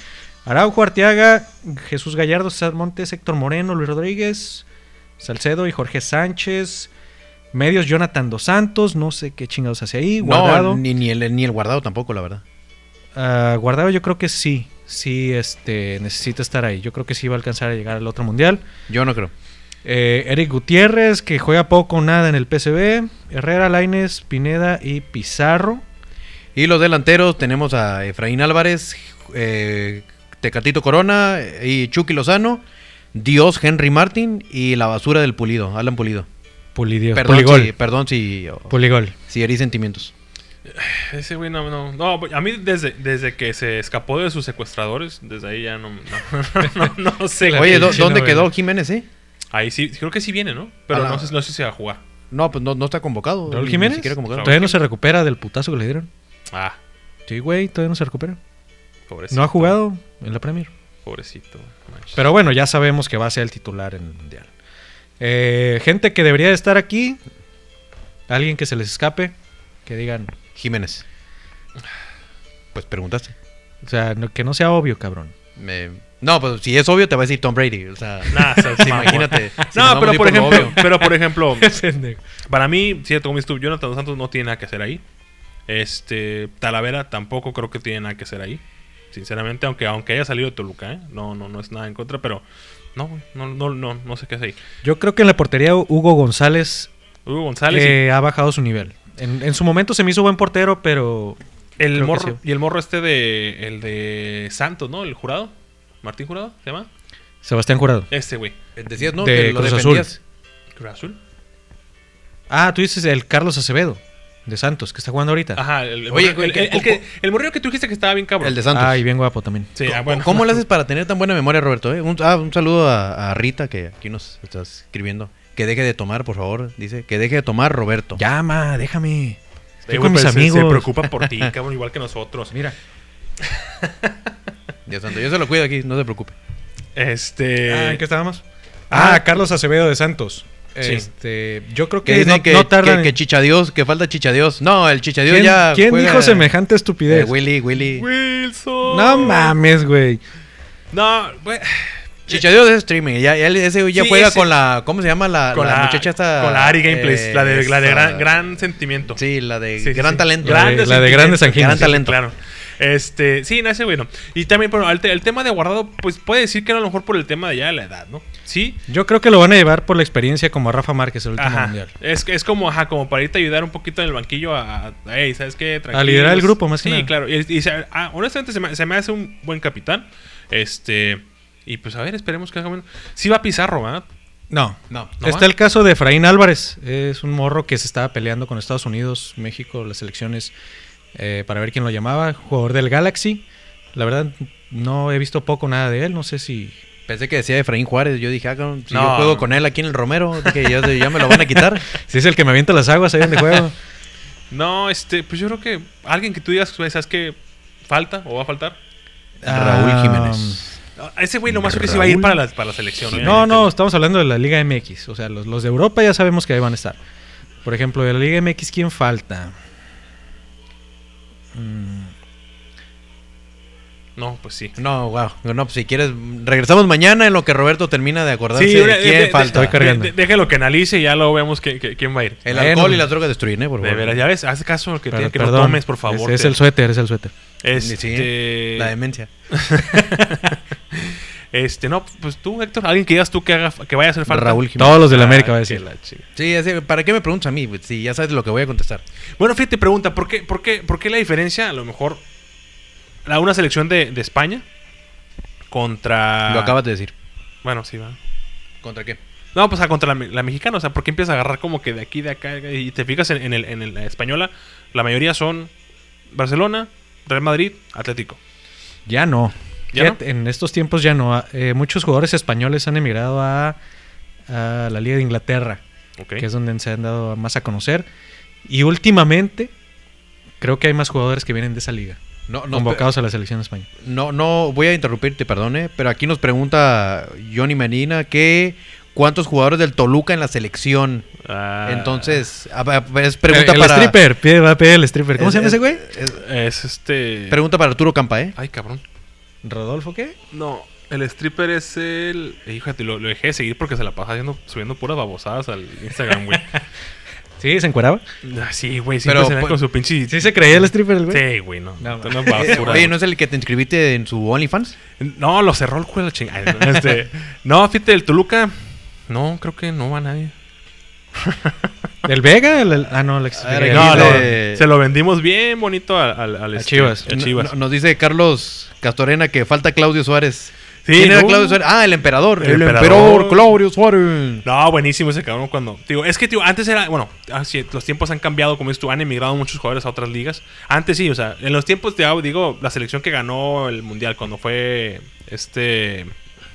A: Araujo, Arteaga, Jesús Gallardo, César Montes, Héctor Moreno, Luis Rodríguez, Salcedo y Jorge Sánchez. Medios, Jonathan Dos Santos, no sé qué chingados hace ahí. Guardado.
B: No, ni, ni el, ni el guardado tampoco, la verdad.
A: Ah, guardado yo creo que sí. Sí, este, necesita estar ahí. Yo creo que sí va a alcanzar a llegar al otro mundial.
B: Yo no creo.
A: Eh, Eric Gutiérrez, que juega poco o nada en el PCB. Herrera, Laines, Pineda y Pizarro.
B: Y los delanteros tenemos a Efraín Álvarez, eh, Tecatito Corona y Chucky Lozano, Dios Henry Martin y la basura del Pulido, Alan Pulido.
A: Pulidio-
B: Perdón,
A: Poligol.
B: Si, perdón si,
A: Poligol.
B: si herí sentimientos.
C: Ese güey no, no, no, a mí desde, desde que se escapó de sus secuestradores, desde ahí ya no, no, no, no, no sé.
A: La
B: Oye, ¿dó-
A: pinche
B: ¿dónde
A: novela.
B: quedó Jiménez, eh?
C: Ahí sí, creo que sí viene, ¿no? Pero
B: A la-
C: Ah, no sé, no sé si va a jugar.
B: No, pues no, no está convocado.
A: ¿Raúl
B: ni-
A: Jiménez?
B: Ni siquiera convocado.
A: Todavía no se recupera del putazo que le dieron.
C: Ah,
A: Sí, güey, todavía no se recupera.
C: pobrecito.
A: No ha jugado en la Premier.
C: Pobrecito. manches.
A: Pero bueno, ya sabemos que va a ser el titular en el Mundial. Eh, gente que debería de estar aquí. Alguien que se les escape. Que digan.
B: Jiménez. Pues preguntaste.
A: O sea, no- que no sea obvio, cabrón.
B: Me- No, pues si es obvio te va a decir Tom Brady. O sea,
C: Nah, seas
B: sí,
C: mamón.
B: imagínate. si nos vamos
C: No,
B: a
C: pero
B: ir
C: por,
B: lo
C: ejemplo,
B: obvio.
C: pero por ejemplo,
A: Pendejo.
C: para mí, cierto, como dices tú, Jonathan Dos Santos no tiene nada que hacer ahí. Este, Talavera tampoco creo que tiene nada que hacer ahí. Sinceramente, aunque, aunque haya salido de Toluca, ¿eh? no, no, no es nada en contra, pero no, güey, no, no, no, no sé qué hacer ahí.
A: Yo creo que en la portería Hugo González
C: Hugo González.
A: eh, ha bajado su nivel. En, en su momento se me hizo buen portero, pero
C: y el
A: creo que
C: morro,
A: sí.
C: y el morro este de, el de Santos, ¿no? El jurado. Martín Jurado, ¿se llama?
A: Sebastián Jurado.
C: Este, güey.
B: Decías, ¿no?
A: de
B: que lo
A: Cruz Azul.
B: defendías.
C: Cruz Azul.
A: Ah, tú dices el Carlos Acevedo de Santos, que está jugando ahorita.
C: Ajá, el, el,
B: Oye,
C: el, el-
B: que-
C: el que- el morrillo que tú dijiste que estaba bien cabrón.
B: El de Santos.
A: Ah, y bien guapo también.
C: Sí,
B: ¿Cómo,
C: ah, bueno.
B: cómo le haces para tener tan buena memoria, Roberto? eh? Un, ah, un saludo a, a Rita, que aquí nos está escribiendo. Que deje de tomar, por favor. Dice, que deje de tomar, Roberto.
A: Llama, déjame. Estoy
C: Eh,
A: con
C: güey,
A: mis
C: pero se-
A: amigos.
C: Se, preocupan por ti, cabrón, igual que nosotros.
A: Mira.
B: Dios santo, yo se lo cuido aquí, no se preocupe.
C: Este.
A: Ah, ¿en qué estábamos? Ah, Carlos Acevedo de Santos.
C: Sí.
A: Este, yo creo
B: Que
A: que
B: dicen
A: no,
B: que,
A: no tardan.
B: que, que
A: en-
B: chicha Dios, que falta chicha Dios. No, el chicha Dios
A: ¿Quién,
B: ya.
A: quién
B: juega-
A: dijo semejante
B: Eh,
A: estupidez?
B: Willy, Willy.
C: Wilson.
A: no mames, güey.
C: No, ah, güey.
B: Chicha Dios es streaming. Ya, ya- ese ya
C: Sí,
B: juega
C: ese.
B: con la. ¿Cómo se llama la,
C: Con
B: la
C: la,
B: muchacha esta?
C: Con la Ari Gameplays.
B: Eh,
C: la de, la de
B: esta-
C: gran, gran sentimiento.
B: Sí, la de
C: Sí, sí,
B: gran
C: sí.
B: talento.
A: La de- la de
C: sentimiento,
A: grandes anginas.
B: Gran talento.
C: Claro. Este, sí, no, ese güey no. Y también, bueno, el, te- el tema de guardado, pues puede decir que era a lo mejor por el tema de ya de la edad, ¿no? Sí.
A: Yo creo que lo van a llevar por la experiencia como a Rafa Márquez el último
C: Ajá.
A: mundial.
C: Es, es como, ajá, como para irte a ayudar un poquito en el banquillo a, a- "Ey, ¿sabes qué?
A: A liderar el grupo, más que
C: sí,
A: nada.
C: claro. Y, y se- ah, honestamente, se me, se me hace un buen capitán. Este, y pues a ver, esperemos que haga bueno. Sí va Pizarro, ¿verdad?
A: No.
B: No,
C: No
A: Está
C: va.
A: el caso de Efraín Álvarez. Es un morro que se estaba peleando con Estados Unidos, México, las elecciones, eh, para ver quién lo llamaba. Jugador del Galaxy. La verdad, no he visto poco nada de él. No sé si.
B: Pensé que decía Efraín Juárez. Yo dije, ah, cabrón, si yo
C: No.
B: juego con él aquí en el Romero, dije, ya, ya me lo van a quitar.
A: Si es el que me avienta las aguas ahí donde juego.
C: No, este, pues yo creo que alguien que tú digas, güey, ¿sabes qué? Falta o va a faltar.
B: Raúl
A: Ah,
B: Jiménez.
C: A Ese güey lo más creo que sí va a ir para la, para la selección. ¿eh?
A: No, no, estamos hablando de la Liga MX. O sea, los, los de Europa ya sabemos que ahí van a estar. Por ejemplo, de la Liga MX, ¿quién falta? Mm,
C: No, pues sí.
B: No, wow. No, pues si quieres, regresamos mañana en lo que Roberto termina de acordarse
C: Sí, una-
B: de quién
C: de- de-
B: falta.
A: Estoy cargando.
C: De- de- déjalo que analice y ya luego vemos que- que- quién va a ir.
B: El
A: Bueno.
B: alcohol y las drogas destruyen, ¿eh? Por
C: De
B: favor.
C: veras, ya ves, haz caso que,
A: per-
C: te- que no
A: perdón,
C: tomes, por favor.
A: Es, es
C: te-
A: el suéter, es el suéter.
C: Este,
B: Sí, La demencia.
C: este, no, pues tú, Héctor, alguien que digas tú que, haga, que vaya a hacer falta.
B: Raúl Jiménez.
A: Todos los de la
C: Ah,
A: América va a
C: que
A: decir.
C: la chica.
B: Sí, así, ¿para qué me preguntas a mí? güey? Si ya sabes lo que voy a contestar.
C: Bueno, fíjate, pregunta, ¿por qué, por qué, por qué la diferencia? A lo mejor, la, una selección de, de España contra...
B: Lo acabas de decir.
C: Bueno, sí, va.
B: ¿Contra qué?
C: No, pues a contra la, me- la mexicana, o sea, ¿por qué empiezas a agarrar como que de aquí, de acá? Y te fijas en, en el, en el- la española, la mayoría son Barcelona, Real Madrid, Atlético.
A: Ya no.
C: ¿Ya
A: Ya
C: no?
A: En estos tiempos ya no. Ah, eh, muchos jugadores españoles han emigrado a, a la Liga de Inglaterra,
C: Ok.
A: que es donde se han dado más a conocer. Y últimamente creo que hay más jugadores que vienen de esa liga,
B: No, no,
A: convocados a la selección española.
B: no, no voy a interrumpirte, perdone, pero aquí nos pregunta Johnny Manina que cuántos jugadores del Toluca en la selección.
C: Ah,
B: Entonces, a- a- es pregunta
A: Eh, el, el
B: para.
A: stripper, pie- va a pedir el stripper. ¿Cómo
B: es-
A: se llama
B: es-
A: ese güey?
B: es-
C: Es este...
B: pregunta para Arturo Campa, ¿eh?
C: Ay, cabrón.
A: ¿Rodolfo qué?
C: No, el stripper es el. Eh, Híjate, lo, lo dejé de seguir porque se la pasa haciendo, subiendo puras babosadas al Instagram, güey.
A: Sí, se encueraba.
C: Ah, sí, güey, siempre
B: Pero,
C: se dan
B: pues,
C: con su pinche.
A: Sí, se creía el stripper, el güey.
C: Sí, güey, no.
A: No,
C: Esto No, es
B: Eh,
C: basura,
B: Oye,
C: güey.
B: ¿no es el que te inscribiste en su OnlyFans?
C: no, lo cerró el juego, chingada. Este, no, fíjate, el Toluca. No, creo que no va nadie.
A: ¿El Vega? El- el- ah, no, Alex.
B: A ver,
A: Vega.
B: aquí
C: Eh, No,
A: No,
C: no,
A: no.
B: dice-
C: se lo vendimos bien bonito al, al, al,
A: A
C: este,
A: Chivas.
C: A Chivas.
B: No- nos dice Carlos Castorena que falta Claudio Suárez.
C: Sí,
B: ¿Quién era
C: no.
B: Claudio Suárez? Ah, el emperador.
C: El emperador.
B: Claudio Suárez.
C: No, buenísimo ese cabrón cuando. Digo, es que tío, antes era, bueno, así, los tiempos han cambiado, como dices tú, han emigrado muchos jugadores a otras ligas. Antes sí, o sea, en los tiempos te hago- digo, la selección que ganó el mundial cuando fue este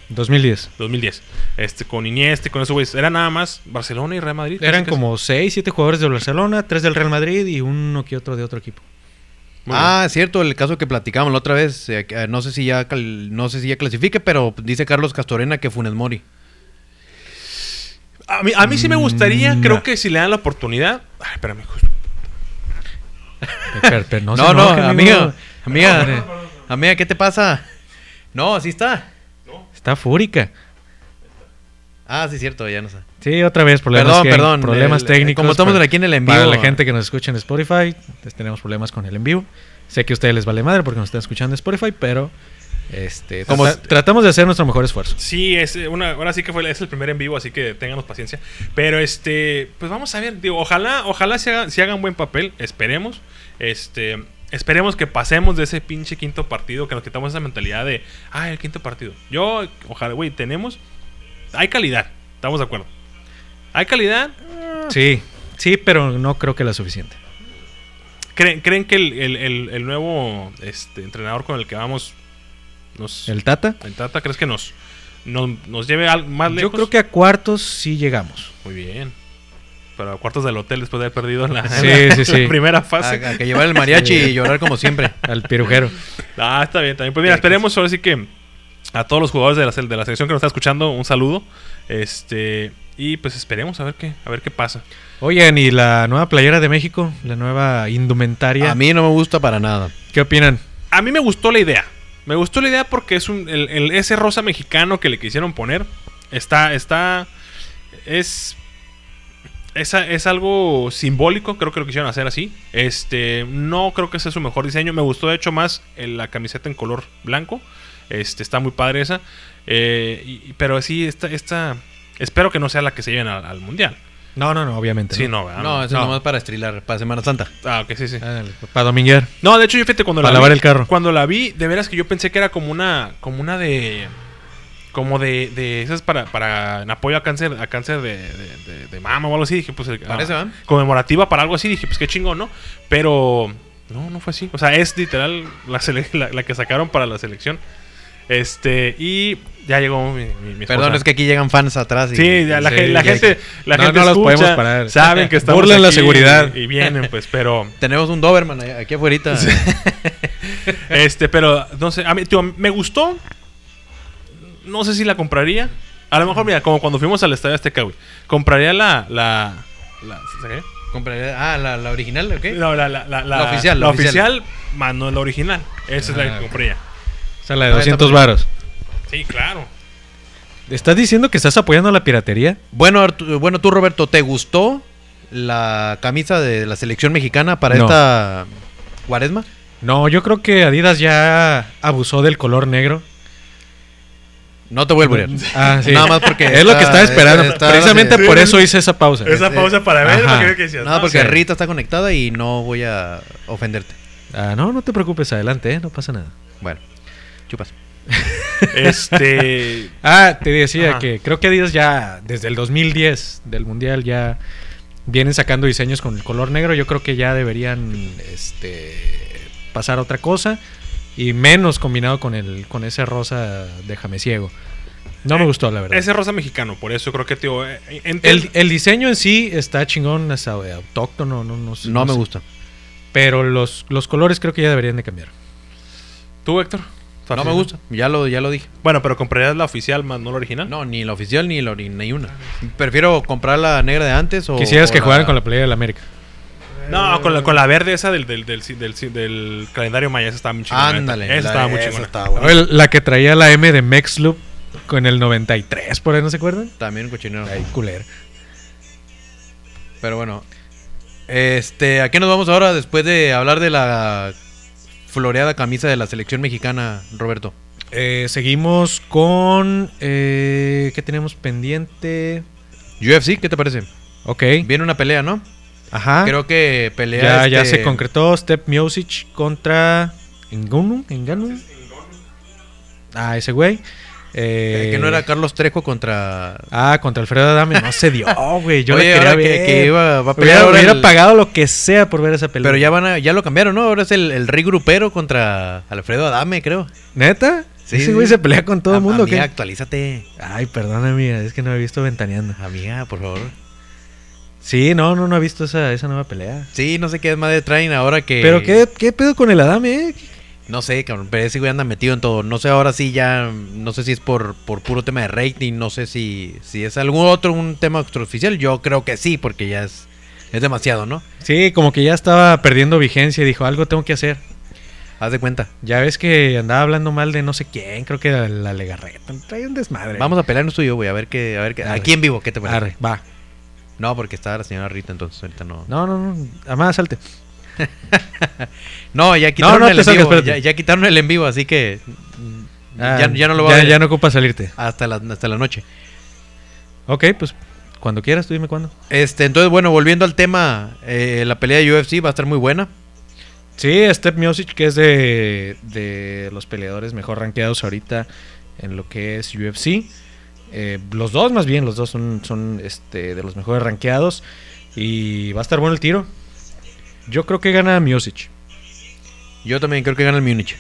A: 2010.
C: 2010, este con Iniesta, y con esos güeyes, era nada más Barcelona y Real Madrid.
A: Eran
C: casi,
A: como 6, 7 jugadores del Barcelona, 3 del Real Madrid y uno que otro de otro equipo.
C: casi. Muy
B: Ah, cierto, el caso que platicamos la otra vez, eh, eh, no sé si ya cal- no sé si ya clasifique, pero dice Carlos Castorena que Funes Mori.
C: bien. A mí, a mí sí me gustaría,
A: Mm,
C: creo que si le dan la oportunidad. Ay, espérame, justo.
A: Pero, pero no, se
B: No, no,
A: enoje, amigo.
B: amiga,
A: No,
B: amiga, eh,
A: hombre.
B: amiga, ¿qué te pasa? No, así está.
A: Está fúrica.
B: Ah, sí, cierto, ya no sé.
A: Sí, otra vez, problemas,
B: Perdón,
A: que-
B: perdón,
A: problemas
B: el-
A: técnicos.
B: como estamos
A: para-
B: aquí en el en
A: Para
B: vivo.
A: la gente que nos escucha en Spotify, pues, tenemos problemas con el en vivo. Sé que a ustedes les vale madre porque nos están escuchando en Spotify, pero este,
B: Como
A: trata-
B: es-
A: tratamos de hacer nuestro mejor esfuerzo.
C: Sí, es eh, una, ahora sí que fue, es el primer en vivo, así que ténganos paciencia. Pero este, pues vamos a ver, digo, ojalá, ojalá se hagan, se hagan buen papel, esperemos. Este, esperemos que pasemos de ese pinche quinto partido, que nos quitamos esa mentalidad de, ah, el quinto partido. Yo, ojalá, güey, tenemos, hay calidad, estamos de acuerdo. Hay calidad.
B: Ah.
A: Sí, sí, pero no creo que la suficiente.
C: ¿Creen, creen que el, el- el- el nuevo este, entrenador con el que vamos nos
A: ¿El Tata?
C: el Tata, crees que nos nos, nos lleve al- más lejos?
A: Yo
B: pues.
A: creo que a cuartos sí llegamos.
C: Muy bien. Pero a cuartos del hotel después de haber perdido la,
A: Sí,
C: la-
A: sí, sí.
C: la primera
B: A,
C: fase.
B: a que llevar el mariachi
A: Sí.
B: y llorar como siempre.
A: Al pirujero.
C: Ah, está bien, también. Pues mira, esperemos ahora sí que a todos los jugadores de la, sel- de la selección que nos está escuchando, un saludo. Este. Y pues esperemos a ver qué, a ver qué pasa.
A: Oigan, y la nueva playera de México, la nueva indumentaria.
B: A mí no me gusta para nada.
A: ¿Qué opinan?
C: A mí me gustó la idea. Me gustó la idea porque es un, el, el- ese rosa mexicano que le quisieron poner. Está. está es. Es, a- es algo simbólico, creo que lo quisieron hacer así. Este, no creo que sea su mejor diseño. Me gustó de hecho más el- la camiseta en color blanco. Este, está muy padre esa. Eh, y- y- pero sí, esta, esta. Espero que no sea la que se lleven al, al mundial.
A: No, no, no, obviamente.
C: Sí, no, ¿verdad?
B: No, eso
A: no.
B: es nomás para estrilar, para Semana Santa.
C: Ah, ok, sí, sí.
A: Para dominguear.
C: No, de hecho, yo fíjate cuando
A: Para
C: la
A: lavar
C: vi,
A: el carro.
C: Cuando la vi, de veras que yo pensé que era como una. como una de. Como de. de esas para, para. en apoyo a cáncer, a cáncer de, de, de- de mama o algo así. Dije, pues el-
B: Parece,
C: ah,
B: ¿verdad?
C: conmemorativa para algo así. Dije, pues qué chingón, ¿no? Pero. No, no fue así. O sea, es literal la, sele- la, la que sacaron para la selección. Este. Y ya llegó mi, mi- mi
B: Perdón,
C: esposa.
B: es que aquí llegan fans atrás. Y,
C: Sí, ya la,
A: Sí,
C: gen- la
A: ya
C: gente,
A: que-
C: la
A: No,
C: gente
A: no los
C: escucha,
A: podemos parar.
C: saben que estamos
A: Burlen la
C: aquí
A: seguridad.
C: y, y vienen pues, pero
B: Tenemos un Doberman ahí- aquí afuera.
C: Este, pero no sé, a mí tío, me gustó. No sé si la compraría. A lo mejor, mira, como cuando fuimos al estadio Azteca, güey. Compraría la. la, la ¿qué?
B: Compraré- Ah, la, la original, ¿ok?
C: No, la, la, la,
B: La oficial, la
C: La
B: oficial.
C: oficial, más no la original. Esa es la
A: Ah,
C: que compraría.
A: O sea, la de
B: Ah,
A: 200
B: está-
A: varos.
C: Sí, claro.
A: ¿Estás diciendo que estás apoyando la piratería?
B: Bueno, Artu- bueno, tú, Roberto, ¿te gustó la camisa de la selección mexicana para
A: No.
B: esta cuaresma?
A: No, yo creo que Adidas ya abusó del color negro.
B: No te vuelvo a ir.
A: Ah, sí.
B: Nada más porque
A: es lo que
B: está-
A: estaba esperando.
B: está-
A: Precisamente
B: está-
A: por eso hice esa pausa.
C: Esa pausa para ver,
A: Ajá.
C: para que decías.
B: Nada,
C: no,
B: porque
C: sí.
B: Rita está conectada y no voy a ofenderte.
A: Ah, no, no te preocupes, adelante, eh, no pasa nada.
B: Bueno, chupas.
C: Este.
A: Ah, te decía
C: Ajá.
A: que creo que Adidas ya, desde el 2010 del Mundial, ya vienen sacando diseños con el color negro. Yo creo que ya deberían este, pasar a otra cosa y menos combinado con, el, con ese rosa déjame ciego. No me
C: Eh,
A: gustó, la verdad.
C: Ese rosa mexicano, por eso creo que, tío. eh,
A: El,
C: entiendo-
A: el diseño en sí está chingón, hasta de autóctono, no, no, sé,
B: No me
A: sé.
B: gusta.
A: Pero los, los colores creo que ya deberían de cambiar.
C: ¿Tú, Héctor? ¿Tu
B: No me
C: afición?
B: gusta. Ya lo, ya lo dije.
C: Bueno, pero comprarías la oficial, más no la original.
B: No, ni la oficial ni la ori- ni una. Prefiero comprar la negra de antes o.
A: Quisieras
B: o
A: que jugaran con la playera del América.
C: No, con la, con la verde esa del, del, del, del, del calendario maya, esa estaba muy chingona.
B: Ándale.
C: Esa
B: la-
C: estaba muy
B: esa
C: chingona.
B: estaba buena.
A: El- la que traía la M de Mexloop con el 93, por ahí, ¿no se acuerdan?
B: También un cochinero.
A: Ay, culero.
B: Pero bueno. Este, ¿a qué nos vamos ahora después de hablar de la floreada camisa de la selección mexicana, Roberto?
A: Eh, seguimos con. Eh, ¿Qué tenemos pendiente?
B: UFC, ¿qué te parece?
A: Ok.
B: Viene una pelea, ¿no?
A: Ajá.
B: Creo que pelea.
A: Ah. ya, ya
B: este,
A: se concretó Step Music contra. Ngannou, Ngannou. Ah, ese güey. Eh,
B: eh, que no era Carlos Trejo contra.
A: Ah, contra Alfredo Adame. No se dio, güey. Yo
B: Oye,
A: le quería
B: ahora que-
A: ver.
B: que iba- va a pelear
A: hubiera,
B: ahora
A: hubiera
B: el-
A: pagado lo que sea por ver esa pelea.
B: Pero ya van a, ya lo cambiaron, ¿no? Ahora es el, el rey grupero contra Alfredo Adame, creo.
A: ¿Neta?
B: Sí,
A: ese
B: sí,
A: güey
B: sí.
A: se pelea con todo el
B: Am-
A: mundo.
B: Amiga,
A: ¿qué?
B: actualízate.
A: Ay, perdón, amiga. Es que no he visto ventaneando.
B: Amiga, por favor.
A: Sí, no, no, no he visto esa, esa nueva pelea.
B: Sí, no sé qué más de traen ahora que.
A: Pero qué, qué pedo con el Adame, eh?
B: No sé, cabrón, pero ese güey anda metido en todo. No sé ahora sí ya, no sé si es por, por puro tema de rating, no sé si, si es algún otro un tema extraoficial. Yo creo que sí, porque ya es, es demasiado, ¿no?
A: Sí, como que ya estaba perdiendo vigencia y dijo, algo tengo que hacer.
B: Haz de cuenta.
A: Ya ves que andaba hablando mal de no sé quién, creo que era la Legarreta. Trae un desmadre.
B: Vamos a pelearnos tú y yo, güey, a ver qué, a ver qué.
A: Arre.
B: Aquí en vivo, ¿qué te parece?
A: Arre, va.
B: No, porque estaba la señora Rita, entonces ahorita no. No,
A: No, no, no. Además, salte.
B: ya quitaron
A: no
B: el
A: te
B: en
A: salgas,
B: vivo. Ya,
A: espérate.
B: ya quitaron el en vivo, así que mm,
A: Ah,
B: ya, ya no lo va
A: ya,
B: a ver
A: Ya no ocupa salirte.
B: hasta, la, hasta la noche.
A: Ok, pues cuando quieras, tú dime cuándo.
B: Este, entonces, bueno, volviendo al tema, eh, la pelea de UFC va a estar muy buena.
A: Sí, Step Music, que es de, de los peleadores mejor rankeados ahorita en lo que es UFC. Eh, los dos, más bien, los dos son, son este, de los mejores rankeados. Y va a estar bueno el tiro. Yo creo que gana Music.
B: Yo también creo que gana el Múnich.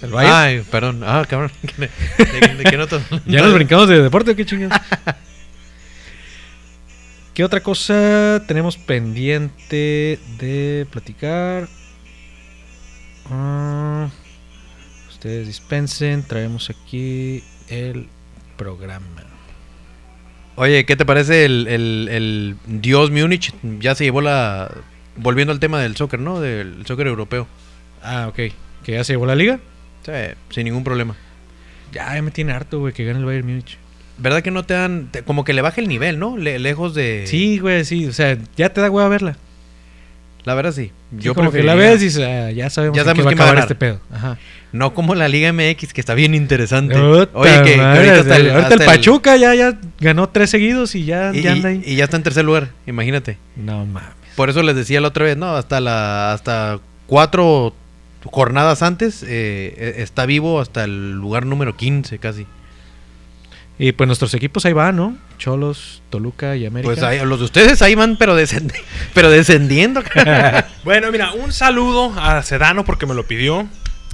A: ¿El Bayern?
B: Ay, perdón. Ah, cabrón. ¿De, de- de qué noto?
A: ¿Ya nos brincamos de deporte o qué chingados? ¿Qué otra cosa tenemos pendiente de platicar? Ah, ustedes dispensen, traemos aquí el programa.
B: Oye, ¿qué te parece el, el- el Dios Múnich? Ya se llevó la... Volviendo al tema del soccer, ¿no? Del soccer europeo.
A: Ah, ok. ¿Que ya se llevó la liga?
B: Sí, sin ningún problema.
A: Ya, ya me tiene harto, güey, que gane el Bayern Múnich.
B: ¿Verdad que no te dan... te- como que le baja el nivel, ¿no? Le- lejos de...
A: Sí, güey, sí. O sea, ya te da hueva verla.
B: La verdad sí.
A: Yo como que la
B: preferiría-
A: ves y dices, ah, ya sabemos,
B: Ya
A: en qué
B: sabemos
A: va a
B: quién va a
A: acabar
B: ganar.
A: este pedo. Ajá.
B: No como la Liga MX, que está bien interesante.
A: Puta
B: Oye, que, que
A: madre,
B: ahorita hasta el,
A: ahorita
B: hasta
A: el Pachuca ya, ya ganó tres seguidos y ya,
B: Y,
A: ya anda ahí.
B: y- y ya está en tercer lugar, imagínate.
A: no mames.
B: Por eso les decía la otra vez, ¿no? Hasta la hasta cuatro jornadas antes eh, eh, está vivo hasta el lugar número 15 casi.
A: Y pues nuestros equipos ahí van, ¿no? Cholos, Toluca y América.
B: Pues ahí- los de ustedes ahí van, pero, descend- pero descendiendo. cara.
C: Bueno, mira, un saludo a Sedano porque me lo pidió.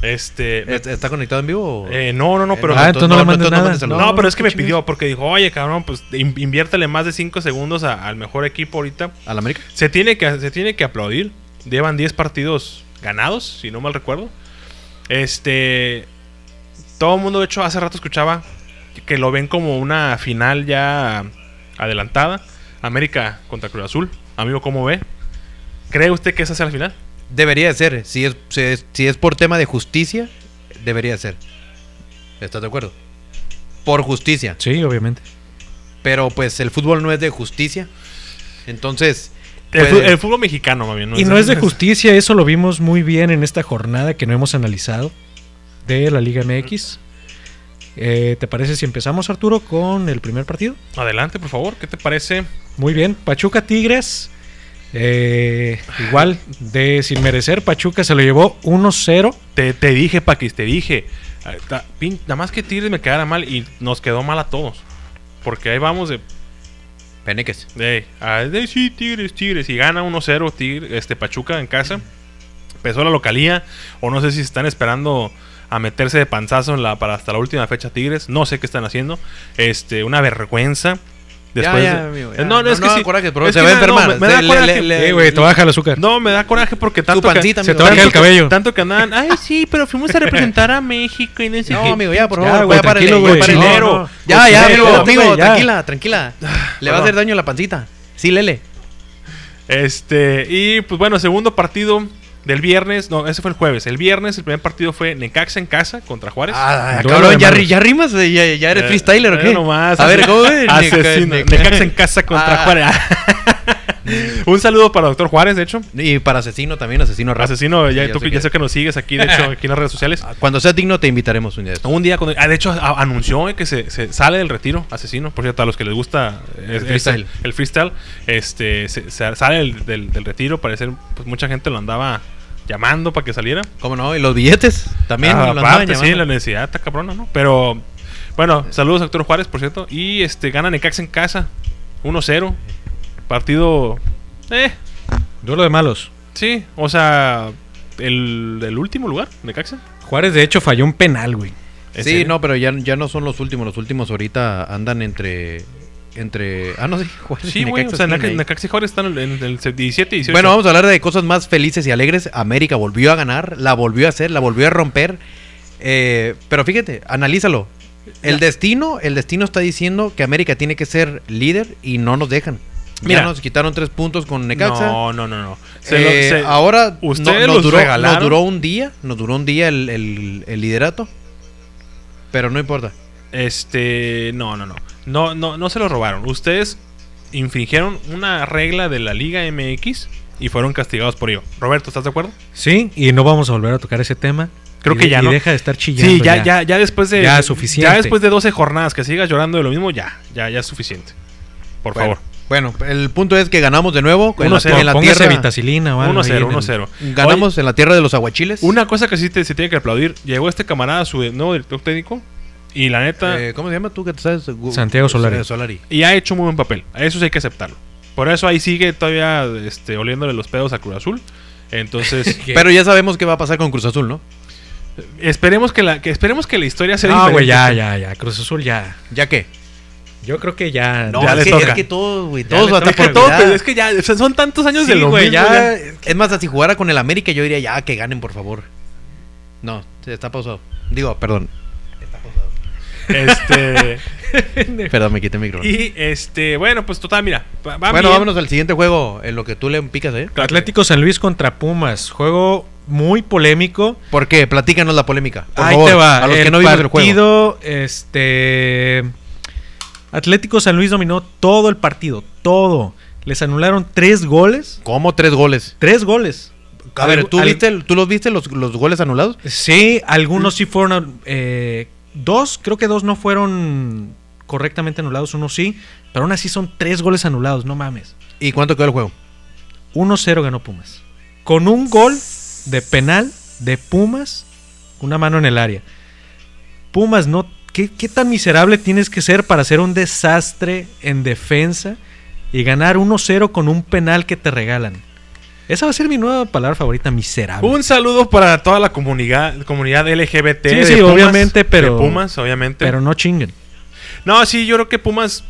C: Este. me-
B: ¿Est- ¿Está conectado en vivo? o?
C: eh, no, no, no, pero.
A: Ah, entonces no le mandes
B: entonces
A: nada.
B: mandes
C: No,
B: saludos.
A: no,
C: pero es que
A: qué
C: me
A: chingados.
C: pidió porque dijo, oye, cabrón, pues in- inviértele más de 5 segundos a- al mejor equipo ahorita.
B: ¿Al América?
C: Se tiene que, se tiene que aplaudir. Llevan 10 partidos ganados, si no mal recuerdo. Este. Todo el mundo, de hecho, hace rato escuchaba que lo ven como una final ya adelantada. América contra Cruz Azul. Amigo, ¿cómo ve? ¿Cree usted que esa sea la final?
B: Debería de ser. Si es, si es, si es por tema de justicia, debería de ser. ¿Estás de acuerdo? Por justicia.
A: Sí, obviamente.
B: Pero pues el fútbol no es de justicia. Entonces.
C: El,
B: pues,
C: fu- el fútbol mexicano, mami.
A: y no es de justicia, eso lo vimos muy bien en esta jornada que no hemos analizado de la Liga MX. Eh, ¿Te parece si empezamos, Arturo, con el primer partido?
C: Adelante, por favor. ¿Qué te parece?
A: Muy bien, Pachuca Tigres. eh, igual, de sin merecer, Pachuca se lo llevó 1-0.
C: Te, te dije, Paquis, te dije. Ah, ta- pin- Nada más que Tigres me quedara mal y nos quedó mal a todos. Porque ahí vamos de
B: Peneques.
C: Ey, ah, de- sí, Tigres, Tigres. Y gana 1-0 Tigre- este, Pachuca en casa. Empezó la localía. O no sé si están esperando a meterse de panzazo en la, para hasta la última fecha Tigres. No sé qué están haciendo. Este, una vergüenza. Después
B: ya,
C: de-
B: amigo, ya.
C: No, no,
B: No,
C: es
B: no
C: que
B: haga
C: sí.
B: coraje, pero
C: Es
B: se
C: que
B: va a
C: mira, no,
B: enfermar.
C: me, me da
B: Se- le-
C: coraje.
B: le- le-
A: Eh, güey, te baja el azúcar.
C: No, me da coraje porque tanto
B: pancita,
C: que,
A: se te
B: amigo.
A: baja
C: tanto
A: el
C: que-
A: cabello.
C: tanto que andan, ay sí, pero fuimos a representar a México y no sé
B: No,
C: qué".
B: amigo, ya, por
A: Ya,
B: favor.
A: güey,
B: ya, párale,
A: tranquilo,
B: ya,
A: güey,
B: párale.
C: chilero.
B: No, no. Ya,
C: pues,
B: ya,
A: Espérate,
B: amigo,
A: espérate,
B: amigo,
A: güey, ya.
B: tranquila, tranquila. Le va a
C: Perdón.
B: hacer daño la pancita. Sí, lele.
C: Este, y pues bueno, segundo partido del viernes, no, ese fue el jueves. El viernes el primer partido fue Necaxa en casa contra Juárez.
B: Ah,
A: Duelo
B: cabrón,
A: de
B: ya,
A: manos.
B: ri- ya rimas, eh, ya, ya eres
C: Eh,
B: freestyler, ¿o
C: eh,
B: qué?
C: nomás,
B: a ver,
C: ase-
B: ¿cómo es?
C: Asesino.
B: Neca-
C: Necaxa en casa contra
B: Ah,
C: Juárez. Un saludo para doctor Juárez, de hecho.
B: Y para asesino también, asesino rap.
C: Asesino, ya,
B: Sí, yo
C: tú-
B: sé
C: ya
B: que- Ah,
C: sé que nos sigues aquí, de hecho, aquí en las redes sociales.
B: Cuando sea digno te invitaremos un día. de estos.
C: Un día, cuando, ah, de hecho, a- anunció eh, que se, se sale del retiro, asesino. Por cierto, a los que les gusta eh,
B: El
C: ese-
B: freestyle.
C: el freestyle, este, se, se sale del, del- del retiro. Parecer, pues mucha gente lo andaba llamando para que saliera.
B: ¿Cómo no? ¿Y los billetes? También.
C: Ah,
B: los andaban
C: aparte, sí,
B: llamando.
C: la necesidad está cabrona, ¿no? Pero, bueno, saludos a Héctor Juárez, por cierto. Y este, gana Necaxa en casa, 1-0. Partido, eh,
A: Duelo de malos.
C: sí, o sea, el, el último lugar, Necaxa.
A: Juárez, de hecho, falló un penal, güey.
C: ¿En
B: Sí,
C: serio?
B: no, pero ya, ya no son los últimos. Los últimos ahorita andan entre entre. Ah, no sé. Juárez y
C: Sí, güey. O sea,
B: están
C: Naca-
B: ahí.
C: Necaxa y Juárez están en el, en el 17 y 18.
B: Bueno, vamos a hablar de cosas más felices y alegres. América volvió a ganar, la volvió a hacer, la volvió a romper. Eh, pero fíjate, analízalo. El destino, el destino está diciendo que América tiene que ser líder y no nos dejan.
C: Mira.
B: Mira, nos quitaron tres puntos con Necaxa.
C: No, no, no, no. Se lo-
B: Eh,
C: se-
B: ahora no-
C: ustedes
B: nos,
C: los
B: duró,
C: regalaron.
B: nos duró un día, nos duró un día el, el- el liderato. Pero no importa.
C: Este, no, no, no. No, no, no se lo robaron. Ustedes infringieron una regla de la Liga MX y fueron castigados por ello. Roberto, ¿estás de acuerdo?
A: Sí, y no vamos a volver a tocar ese tema.
C: Creo
A: Y
C: que
A: de-
C: ya
A: y
C: no.
A: deja de estar chillando.
C: Sí, ya, ya, ya, después de
A: Ya es suficiente.
C: ya después de 12 jornadas que sigas llorando de lo mismo, ya, ya, ya es suficiente. Por
B: Bueno,
C: favor.
B: Bueno, el punto es que ganamos de nuevo en la,
C: 1-0.
B: en la
A: Póngase
B: tierra.
A: vitacilina o algo ahí
C: 1-0,
A: en el-
C: 1-0.
B: Ganamos en la tierra de los aguachiles. Eh,
C: Oye, una cosa que sí te- se tiene que aplaudir, llegó este camarada su nuevo director técnico y la neta
B: Eh, ¿Cómo se llama tú que te sabes? Gu-
A: Santiago Solari.
B: Eh,
C: y ha hecho muy buen papel. A eso sí hay que aceptarlo. Por eso ahí sigue todavía este, oliéndole los pedos a Cruz Azul. Entonces,
B: Pero ya sabemos qué va a pasar con Cruz Azul, ¿no?
C: Esperemos que la, que esperemos que la historia sea
A: No,
C: diferente.
A: güey, ya, ya, ya. Cruz Azul ya.
B: ¿Ya qué?
A: Yo creo que ya.
C: No,
A: ya
C: es
A: le
C: que-
A: toca.
C: es que
B: todos, güey,
A: todos
B: todos
A: lo
C: Es
A: atacan
C: que todo, pero es que ya o sea, son tantos años de lo mismo, ya.
B: Es más, si jugara con el América, yo diría ya que ganen, por favor. No, está pausado. Digo, perdón.
C: Este,
B: Perdón, me quité el micrófono.
C: y este, bueno, pues total, mira, va, va
B: bueno,
C: bien.
B: vámonos al siguiente juego, en lo que tú le picas, ¿eh?
A: Atlético San Luis contra Pumas. Juego muy polémico.
B: ¿Por qué? Platícanos la polémica. por
A: Ahí
B: favor,
A: te va.
B: A los
A: el
B: que no vimos el juego.
A: partido, este. Atlético San Luis dominó todo el partido. Todo. Les anularon tres goles.
B: ¿Cómo tres goles?
A: Tres goles.
B: A ver,
A: Algu-
B: ¿tú,
A: al-
B: viste, el- ¿tú los viste los, los goles anulados?
A: Sí, algunos sí fueron. eh, dos, creo que dos no fueron correctamente anulados, uno sí. Pero aún así son tres goles anulados, no mames.
B: ¿Y cuánto quedó el juego?
A: 1-0 ganó Pumas. Con un gol de penal de Pumas, una mano en el área. Pumas, no, ¿qué, qué tan miserable tienes que ser para ser un desastre en defensa y ganar 1-0 con un penal que te regalan? Esa va a ser mi nueva palabra favorita, miserable.
C: Un saludo para toda la comunidad comunidad LGBT.
A: Sí,
C: de
A: sí, obviamente,
C: de
A: pero-
C: Pumas, obviamente.
A: pero no chinguen.
C: No, sí, yo creo que Pumas.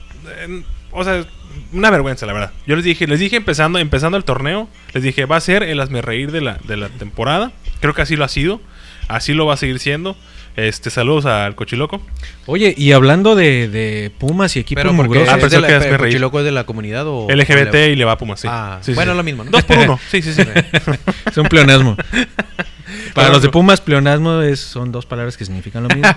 C: eh, o sea, una vergüenza, la verdad. Yo les dije, les dije empezando, empezando el torneo, les dije, va a ser el hazme reír de la, de la temporada. Creo que así lo ha sido. Así lo va a seguir siendo. Este, saludos al cochiloco.
A: Oye, y hablando de, de Pumas y equipos
B: Pero porque
A: mugrosos,
C: Ah,
B: es
C: pensé
B: de
C: que
B: la,
C: es
B: pero
C: reír.
B: Chiloco es de la comunidad o
C: LGBT
B: o
C: y le va a Pumas, sí.
B: Ah,
C: Sí, sí,
B: bueno,
C: sí.
B: lo mismo, ¿no?
C: Dos por uno. Sí, sí, sí.
A: es un pleonasmo. Para los de Pumas, pleonasmo es- son dos palabras que significan lo mismo.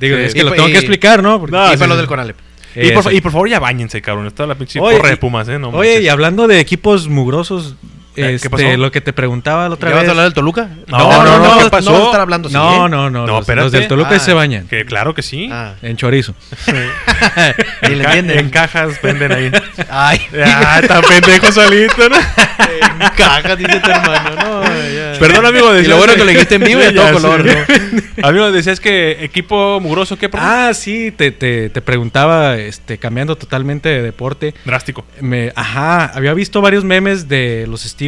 A: Digo,
B: Sí.
A: es que
B: Y
A: lo
B: pa-
A: tengo
B: y-
A: que explicar, ¿no?
B: y
A: Porque-
C: No,
B: para
C: sí, sí.
B: los del Conalep.
C: y, por, fa-
A: Exacto.
C: y por favor, ya bañense, cabrón. Está la pinche
A: Oye,
C: porra de
A: y-
C: Pumas, ¿eh? No
A: Oye,
C: manches.
A: y hablando de equipos mugrosos,
C: Eh, ¿qué
A: este,
C: pasó?
A: lo que te preguntaba la otra
B: ¿Ya
A: vez.
B: vas a hablar del Toluca?
C: No, no, no, ¿qué pasó?
B: vas a estar hablando así,
A: no,
B: ¿eh?
A: no, no,
C: No,
A: los,
C: espérate.
A: los del Toluca
B: Ah.
A: se bañan
C: Que claro que sí.
B: Ah,
A: en chorizo.
B: ni
C: En
B: le
C: ca- en
B: entienden.
C: cajas venden ahí.
B: Ay,
C: ah, tan pendejo solito, ¿no?
B: en caja, dice tu hermano. No, ya.
C: Perdón, amigo.
B: Y lo
C: decías-
B: bueno que lo dijiste en vivo y a todo
C: Ya sé.
B: color, ¿no?
C: Amigo, decías que equipo mugroso, ¿qué? perdón?
A: Ah, sí, te, te- te preguntaba, este, cambiando totalmente de deporte.
C: Drástico.
A: Me, ajá, había visto varios memes de los Steelers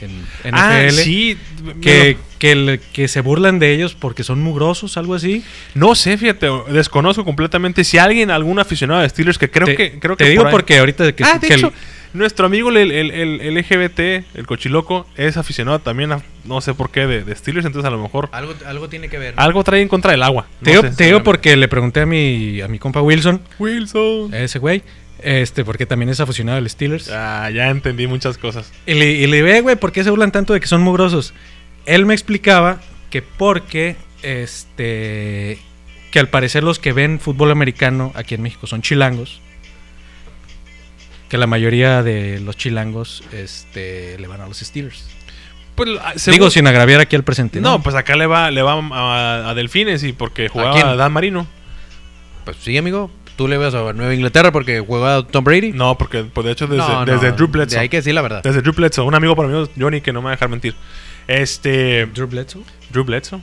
A: en, en- en NFL.
C: Ah, sí.
A: Que, que, le- que se burlan de ellos porque son mugrosos, algo así.
C: No sé, fíjate, desconozco completamente. Si alguien, algún aficionado de Steelers, que creo
A: te,
C: que. Creo
A: te
C: que
A: digo
C: por ahí-
A: porque ahorita que,
C: ah, de
A: que el-
C: hecho, nuestro amigo el, el- el- el LGBT, el cochiloco, es aficionado también a no sé por qué de, de Steelers, entonces a lo mejor
B: Algo, algo tiene que ver. ¿no?
C: algo trae en contra del agua.
A: Ah. te,
C: No
A: digo-
C: sé.
A: te digo porque le pregunté a mi, a mi compa Wilson,
C: Wilson.
A: a ese güey, este, porque también es aficionado al Steelers.
C: Ah, ya entendí muchas cosas.
A: Y le, y le ve, güey, ¿por qué se burlan tanto de que son mugrosos? Él me explicaba que porque, este, que al parecer los que ven fútbol americano aquí en México son chilangos. Que la mayoría de los chilangos, este, le van a los Steelers.
C: Pues, ah,
A: Digo,
C: según-
A: sin agraviar aquí al presente.
C: No, pues acá le va, le va a, a Delfines y porque jugaba
B: quién?
C: a Dan Marino.
B: Pues sí, amigo. Tú le vas a Nueva Inglaterra porque juega Tom Brady.
C: No, porque pues, de hecho desde,
B: No, no,
C: desde Drew
B: de
C: Bledsoe.
B: Hay que decir la verdad.
C: Desde Drew Bledsoe, un amigo para mí, Johnny, que no me va a dejar mentir. Este,
A: Drew Bledsoe.
C: Drew Bledsoe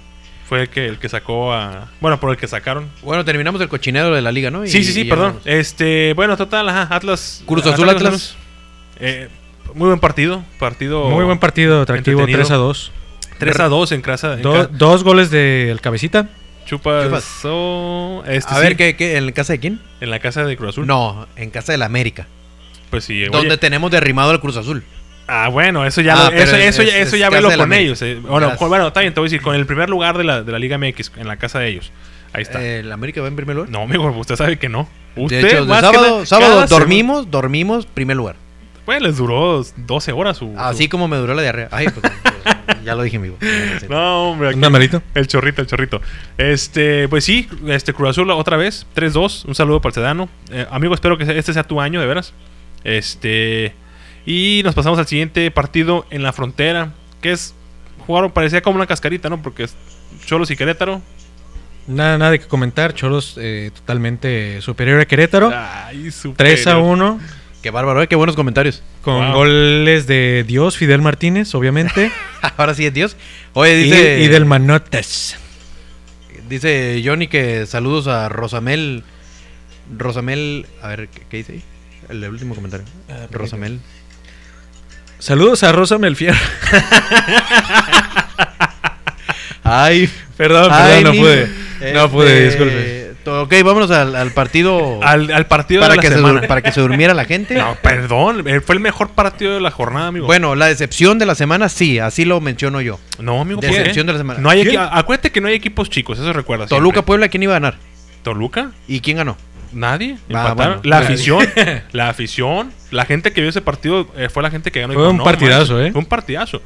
C: fue el que, el que sacó a... Bueno, por el que sacaron.
B: Bueno, terminamos el cochinero de la liga, ¿no? Y-
C: Sí, sí, sí,
B: y ya
C: perdón.
B: vamos.
C: Este, bueno, total, ajá, Atlas...
B: Cruz Azul Atlas.
C: Eh, muy buen partido, partido...
A: Muy buen partido, atractivo,
C: Entretenido.
A: 3 a 2.
C: 3 a 2 en casa. en
A: Do-
C: ca-
A: dos goles del cabecita.
C: Chupas.
B: Chupas.
C: oh, este
B: a ver,
C: sí,
B: ¿qué, qué, en la casa de quién?
C: En la casa de Cruz Azul.
B: No, en casa del América.
C: Pues sí. oye.
B: Donde tenemos derrimado al Cruz Azul.
C: Ah, bueno, eso ya,
B: Ah,
C: lo- eso,
B: pero
C: eso,
B: es-
C: ya- eso
B: es
C: ya
B: casa
C: velo
B: de la
C: con
B: América.
C: ellos. eh. Bueno,
B: Gracias.
C: bueno, está bien, te voy a decir, con el primer lugar de la, de la Liga MX, en la casa de ellos. Ahí está.
B: Eh, ¿El América va en primer lugar?
C: no, amigo, usted sabe que no. Usted,
B: de hecho, de
C: más que
B: sábado,
C: na-
B: sábado
C: cada
B: dormimos, dormimos, primer lugar.
C: semana- Pues les duró 12 horas su.
B: Así como me duró la diarrea. Ay, pues, pues, ya lo dije en vivo.
C: su- No, hombre. aquí-
A: ¿Un amarito?
C: El chorrito, el chorrito. Este, pues sí, este Cruz Azul otra vez, 3-2. Un saludo para el Sedano. Eh, amigo, espero que este sea tu año, de veras. Este, y nos pasamos al siguiente partido en la frontera, que es jugaron parecía como una cascarita, ¿no? Porque es Cholos y Querétaro.
A: Nada, nada que comentar. Cholos eh, totalmente superior a Querétaro.
C: Ay, superior.
A: 3 a 1.
B: Qué bárbaro, eh, qué buenos comentarios.
A: Con
C: Wow.
A: goles de Dios, Fidel Martínez, obviamente.
B: Ahora sí es Dios. Oye,
A: y,
B: dice,
A: y del Manotas.
B: dice Johnny que saludos a Rosamel. Rosamel, a ver, ¿qué, qué dice ahí? El último comentario.
C: Ah,
B: Rosamel.
A: Saludos a Rosa Melfier.
B: Ay,
C: Ah,
A: perdón, perdón,
B: ay,
A: no
B: mi-
A: pude. No
B: este,
A: pude, disculpe.
B: to- Ok, vámonos al, al partido.
C: Al, al partido
B: para,
C: de la
B: que se,
C: semana.
B: dur- para que se durmiera la gente.
C: No, perdón, eh, fue el mejor partido de la jornada, amigo.
B: Bueno, la decepción de la semana, sí, así lo menciono yo.
C: no, amigo, ¿por
B: decepción
C: qué?
B: de la semana.
C: No hay
B: ¿Quién?
C: equi- acuérdate que no hay equipos chicos, eso recuerda. siempre.
B: Toluca pues. Puebla, ¿quién iba a ganar?
C: Toluca.
B: ¿Y quién ganó?
C: Nadie.
B: Ah,
C: empataron.
B: bueno.
C: la
A: Nadie.
C: afición, la afición, la gente que vio ese partido eh, fue la gente que ganó. y
A: Fue
C: dijo,
A: un
C: "No
A: partidazo,
C: manches,
A: ¿eh?"
C: Fue un partidazo.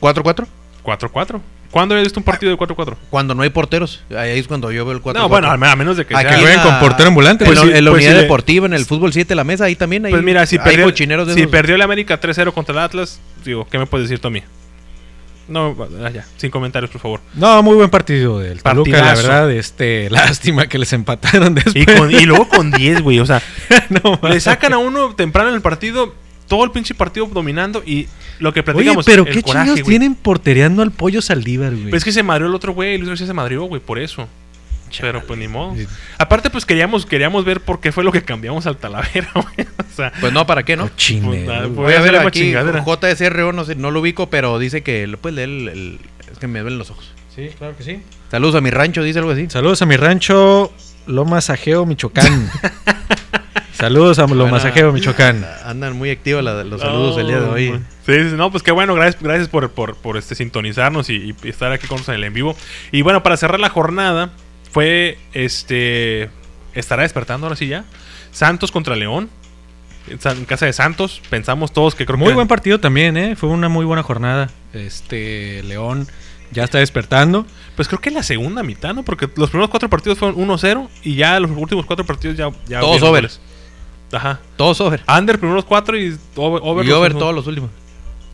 B: ¿4-4?
C: 4-4. ¿Cuándo habías visto un partido de 4-4?
B: Cuando no hay porteros, ahí es cuando yo veo el 4-4.
C: No, bueno, a a menos de que
B: Aquí
C: sea-
A: juegan
B: en
A: con
B: la-
A: portero ambulante,
B: En,
A: pues
B: la-
A: sí,
B: en la
C: pues
B: unidad
C: sí le-
B: deportiva, en el fútbol 7 la mesa, ahí también hay,
C: Pues mira, si
B: hay
C: perdió,
B: cochineros de
C: si
B: esos.
C: perdió el América 3-0 contra el Atlas, digo, ¿qué me puedes decir tú a mí? No, ah, ya, sin comentarios, por favor.
A: No, muy buen partido del Toluca,
C: Partidazo.
A: la verdad. Este, lástima que les empataron después.
C: Y, con- y luego con 10, güey, o sea,
A: No,
C: le sacan a uno temprano en el partido, todo el pinche partido dominando y lo que
A: Oye,
C: platicamos,
A: pero
C: el
A: qué
C: coraje,
A: chingados
C: güey.
A: tienen portereando al pollo Saldívar, güey.
C: Pues es que se madrió el otro güey, Luis García se madrió, güey, por eso. Pero pues ni modo. Aparte, pues queríamos, queríamos ver por qué fue lo que cambiamos al Talavera, güey. O sea,
B: Pues no, ¿para qué, no?
A: Cochinero,
C: Pues nada,
A: güey.
C: pues-
B: Voy a
C: hacer
B: ver
C: la
B: aquí,
C: chingadera.
B: JSRO, no, sé, no lo ubico, pero dice que lo puedes leer, el- el- es que me duelen los ojos.
A: Sí, claro que sí.
B: Saludos a mi rancho, dice algo así.
A: Saludos a mi rancho Lo Masajeo, Michoacán. Saludos a Lo
B: Bueno,
A: Masajeo, Michoacán.
B: Andan muy activos la- los Pues, saludos el día
C: Oh,
B: de hoy.
C: Sí, sí, no, pues qué bueno, gracias, gracias por, por, por, este, sintonizarnos y, y estar aquí con nosotros en el en vivo. Y bueno, para cerrar la jornada, fue este. Estará despertando ahora sí ya. Santos contra León. En, San- en casa de Santos, pensamos todos que creo
A: Muy
C: que.
A: buen partido también, ¿eh? Fue una muy buena jornada. Este, León ya está despertando.
C: Pues creo que en la segunda mitad, ¿no? Porque los primeros cuatro partidos fueron 1-0 y ya los últimos cuatro partidos ya. ya
B: Todos
C: hubieron
B: over.
C: goles. Ajá.
B: Todos over.
C: Under primeros cuatro y over,
B: y over
C: últimos.
B: todos los últimos.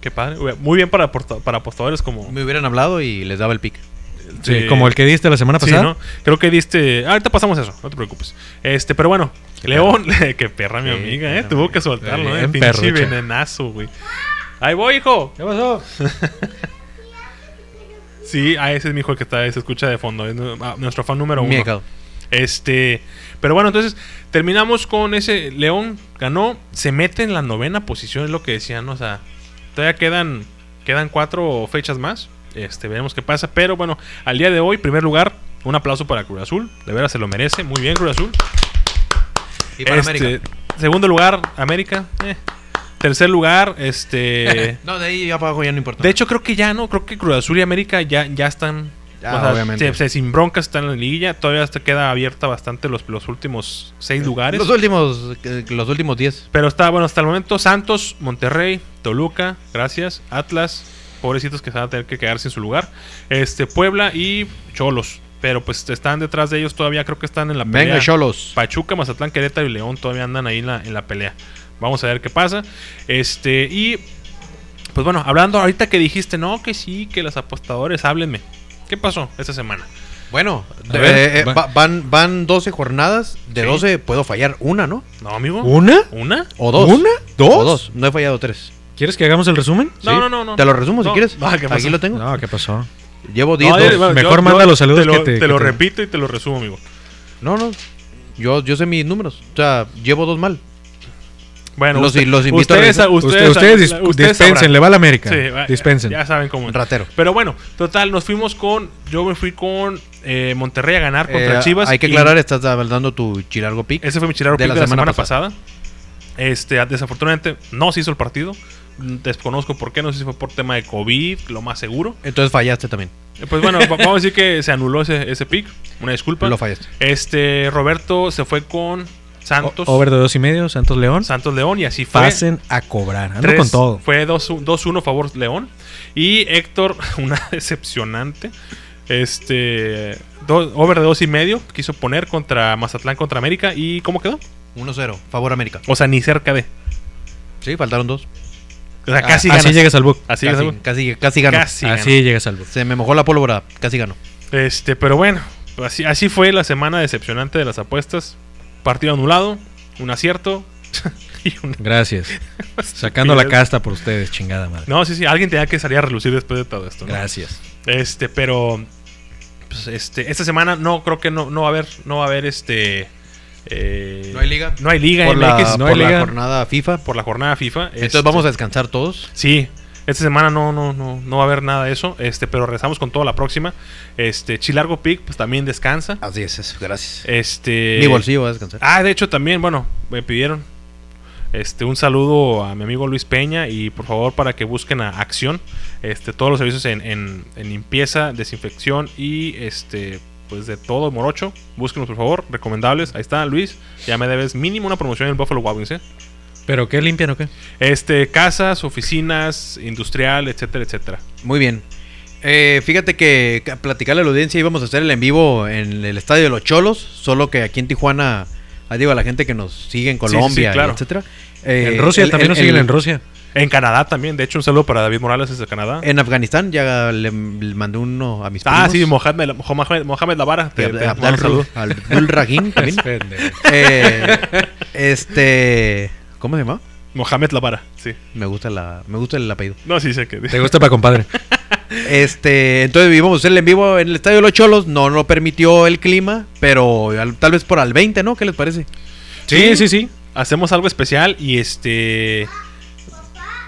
C: Qué padre. güey. Muy bien para, aporta- para apostadores como.
B: Me hubieran hablado y les daba el pick.
A: Sí,
C: Sí.
A: Eh, como el que diste la semana
C: Sí,
A: pasada.
C: ¿no? Creo que diste. ah, Ahorita pasamos eso, no te preocupes. Este, pero bueno, León, qué perra mi
B: Sí,
C: amiga, eh.
B: perra,
C: Tuvo
B: amiga.
C: que soltarlo, eh.
A: Bien
C: Pinche
A: perrucha.
C: venenazo, güey. Ahí voy, hijo.
A: ¿Qué pasó?
C: Sí, ah, ese es mi hijo el que está, se escucha de fondo. es nu- ah, nuestro fan número uno.
B: Miedo.
C: Este, pero bueno, entonces terminamos con ese León ganó, se mete en la novena posición, es lo que decían, ¿no? o sea, todavía quedan quedan cuatro fechas más. Este, veremos qué pasa, pero bueno, al día de hoy, primer lugar, un aplauso para Cruz Azul, de veras se lo merece, muy bien Cruz Azul.
B: Y para
C: Este,
B: América.
C: Segundo lugar, América. eh. Tercer lugar, este
B: No, de ahí ya para abajo ya no importa.
C: de hecho, creo que ya no, creo que Cruz Azul y América ya, ya están.
B: Ya,
C: o sea,
B: Ah, obviamente.
C: se- se- sin broncas están en la liguilla. Todavía hasta queda abierta bastante los, los últimos seis lugares.
B: los últimos, eh, los últimos 10.
C: Pero está, bueno, hasta el momento Santos, Monterrey, Toluca, gracias, Atlas, pobrecitos que se van a tener que quedar sin su lugar. Este, Puebla y Cholos. Pero pues están detrás de ellos todavía, creo que están en la pelea.
B: Venga, Cholos.
C: Pachuca, Mazatlán, Querétaro y León todavía andan ahí en la, en la pelea. Vamos a ver qué pasa. Este, y pues bueno, hablando ahorita que dijiste, no, que sí, que los apostadores, háblenme. ¿Qué pasó esta semana?
B: Bueno,
A: A
B: de-
A: ver,
B: eh,
A: va-
B: va- van, van 12 jornadas. De
C: Sí.
B: 12 puedo fallar una, ¿no?
C: No, amigo.
A: ¿Una?
C: ¿Una?
B: O dos.
A: ¿Una? ¿Dos?
B: O dos. No he fallado tres.
A: ¿Quieres que hagamos el resumen?
C: No,
B: ¿Sí?
C: no, no, no.
B: Te lo resumo
C: No,
B: si quieres.
C: no, ¿qué pasó?
B: Aquí lo tengo.
A: No, ¿qué pasó?
B: Llevo
C: No,
B: 10.
C: eh,
B: dos.
C: bueno,
A: Mejor manda los saludos
C: te lo,
A: que te-
C: te lo
A: que te-
C: repito y te lo resumo, amigo.
B: No, no. Yo, yo sé mis números. O sea, llevo dos mal.
C: Bueno,
B: Los-
C: usted-
B: los invito a
C: ustedes,
B: revisar.
A: Usted-
C: ustedes,
A: Ustedes, dis- dispensen, le va a la América.
C: sabrán. Sí,
A: dispensen.
C: Ya saben cómo. es.
B: Ratero.
C: Pero bueno, total, nos fuimos con. Yo me fui con eh, Monterrey a ganar contra
B: Eh,
C: Chivas.
B: Hay que
C: y
B: aclarar, estás dando tu Chilargo Pick.
C: Ese fue mi chilaro
B: de
C: pick
B: la
C: de la
B: semana
C: semana, pasada. Este, desafortunadamente no se hizo el partido. Desconozco por qué, no sé si fue por tema de COVID, lo más seguro.
B: Entonces fallaste también.
C: Eh, Pues bueno, va- vamos a decir que se anuló ese, ese pick. Una disculpa.
B: Lo fallaste.
C: Este, Roberto se fue con Santos.
A: O- Over de dos y medio, Santos León.
C: Santos León y así fue.
A: Pasen a cobrar. Ando
C: Tres-
A: con todo.
C: Fue 2-1 favor León. Y Héctor, una decepcionante. Este. do- over de 2 y medio. Quiso poner contra Mazatlán contra América. ¿Y cómo quedó?
B: 1-0, favor América.
C: O sea, ni cerca de.
B: Sí, faltaron dos.
C: O sea,
B: Ah,
C: casi
A: Así
C: ganas.
A: llegas al book.
C: Así
B: casi,
C: ganas.
B: casi, casi ganó.
C: Casi.
A: Así
C: ganas.
A: llegas al book.
B: Se me mojó la pólvora, casi ganó.
C: Este, pero bueno, así, así fue la semana decepcionante de las apuestas. Partido anulado, un acierto y un.
A: Gracias. Sacando la casta por ustedes, chingada madre.
C: No, sí, sí, alguien tenía que salir a relucir después de todo esto. ¿no?
A: Gracias.
C: Este, pero pues, este, esta semana no creo que no, no va a haber, no va a haber este. eh,
B: No hay liga.
C: No hay liga
B: Por, la,
C: MX,
A: no
B: por
A: hay
B: la
A: liga.
B: jornada FIFA.
C: por la jornada FIFA. este,
B: Entonces vamos a descansar todos.
C: Sí, esta semana no, no, no, no va a haber nada de eso. Este, pero rezamos con toda la próxima. Este, Chilargo Pick, pues también descansa.
B: Así es, eso, gracias.
C: Este.
B: Mi bolsillo va a descansar.
C: Ah, de hecho también, bueno, me pidieron este un saludo a mi amigo Luis Peña y por favor para que busquen a Acción, este todos los servicios en, en- en limpieza, desinfección y este pues de todo morocho, búsquenos por favor, recomendables. Ahí está Luis, ya me debes mínimo una promoción en Buffalo Wild Wings, ¿eh?
A: ¿Pero qué limpian o qué?
C: Este, casas, oficinas, industrial, etcétera, etcétera.
B: Muy bien. Eh, fíjate que ca- platicarle a la audiencia íbamos a hacer el en vivo en el estadio de los Cholos, solo que aquí en Tijuana, ah, digo a la gente que nos sigue en
C: sí, sí,
B: Colombia,
C: claro.
B: etcétera. Eh,
A: en Rusia
B: el-
A: también
B: el-
A: nos siguen
B: el-
A: en Rusia.
C: En Canadá también, de hecho un saludo para David Morales desde Canadá.
B: En Afganistán ya le, le mandé uno a mis
C: ah,
B: primos.
C: sí, Mohamed, Mohamed, Mohamed Lavara,
B: Y
C: te,
B: a-
C: te
B: a-
C: mando un saludo.
B: Al Abdul Rahim también. Eh, este, ¿cómo se llama?
C: Mohamed Lavara, sí.
B: Me gusta la, me gusta el apellido.
C: No, sí sé que
A: Te gusta para compadre.
B: Este, entonces íbamos a hacer el en vivo en el estadio de los Cholos, no lo permitió el clima, pero al- tal vez por al 20, ¿no? ¿Qué les parece?
A: Sí, sí, sí.
C: hacemos algo especial y este.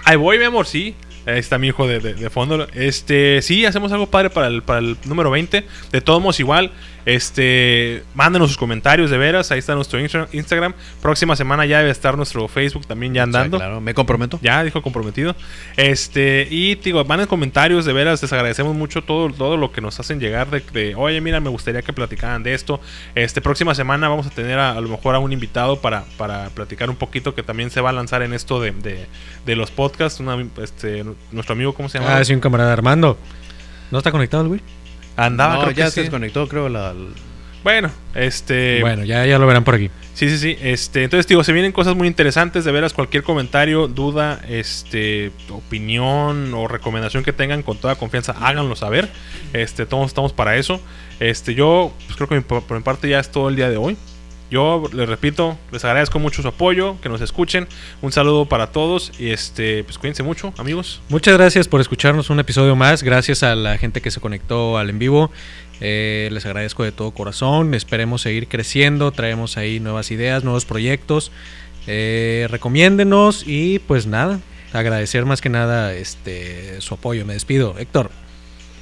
C: Ahí voy, mi amor, sí. Ahí está mi hijo de, de- de fondo. Este, sí, hacemos algo padre para el, para el número 20. De todos modos, igual, este, mándenos sus comentarios de veras. Ahí está nuestro Instra- Instagram. Próxima semana ya debe estar nuestro Facebook también ya
B: O sea,
C: andando.
B: claro, me comprometo.
C: Ya dijo comprometido. Este, y te digo, manden comentarios, de veras, les agradecemos mucho todo, todo lo que nos hacen llegar de, de, oye, mira, me gustaría que platicaran de esto. Este, próxima semana vamos a tener a, a lo mejor a un invitado para, para platicar un poquito que también se va a lanzar en esto de, de- de los podcasts. Una- este, nuestro amigo, ¿cómo se llama?
A: Ah, sí, un camarada Armando. ¿No está conectado el güey?
C: Andaba,
B: No,
C: creo que
B: ya
C: sí.
B: se desconectó, creo. La, la-
C: Bueno, este.
A: bueno, ya, ya lo verán por aquí.
C: Sí, sí, sí. Este, entonces, digo, se vienen cosas muy interesantes. De veras, cualquier comentario, duda, este, opinión o recomendación que tengan con toda confianza, háganlo saber. Este, todos estamos para eso. Este, yo pues, creo que mi- por por mi parte ya es todo el día de hoy. Yo les repito, les agradezco mucho su apoyo, que nos escuchen. Un saludo para todos y este, pues cuídense mucho, amigos.
A: Muchas gracias por escucharnos un episodio más. Gracias a la gente que se conectó al en vivo. Eh, les agradezco de todo corazón. Esperemos seguir creciendo. Traemos ahí nuevas ideas, nuevos proyectos. Eh, recomiéndenos y pues nada. Agradecer más que nada este su apoyo. Me despido. Héctor.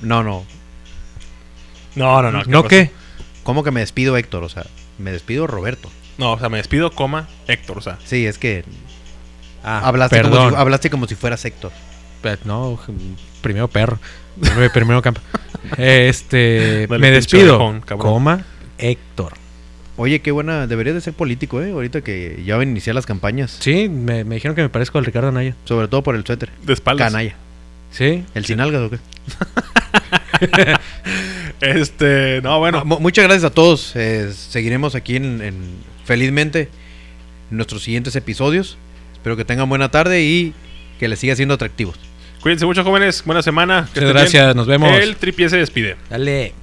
B: no, no.
C: No, no,
A: ¿No qué?
B: ¿Cómo que me despido, Héctor? O sea, me despido, Roberto.
C: No, o sea, me despido, coma, Héctor, o sea.
B: Sí, es que
A: Ah,
B: hablaste, como
A: perdón.
B: si, hablaste como si fueras Héctor.
A: Pe- No, primero perro. Primero, primero campo. Este,
C: Dale,
A: me
C: pinche
A: despido.
C: orejón, cabrón.
A: coma, Héctor.
B: Oye, qué buena. Debería de ser político, ¿eh? Ahorita que ya van a iniciar las campañas.
A: Sí, me, me dijeron que me parezco al Ricardo Anaya.
B: Sobre todo por el suéter.
C: De espaldas.
B: Canalla.
A: Sí.
B: ¿El sin algas o qué?
C: Este, no, bueno.
A: Ah,
B: Mu- muchas gracias a todos. eh, seguiremos aquí en, en- felizmente en nuestros siguientes episodios. Espero que tengan buena tarde y que les siga siendo atractivos.
C: Cuídense mucho, jóvenes. Buena semana. que
A: Muchas
C: estén bien.
A: gracias, nos vemos.
C: El tripié se despide.
A: Dale.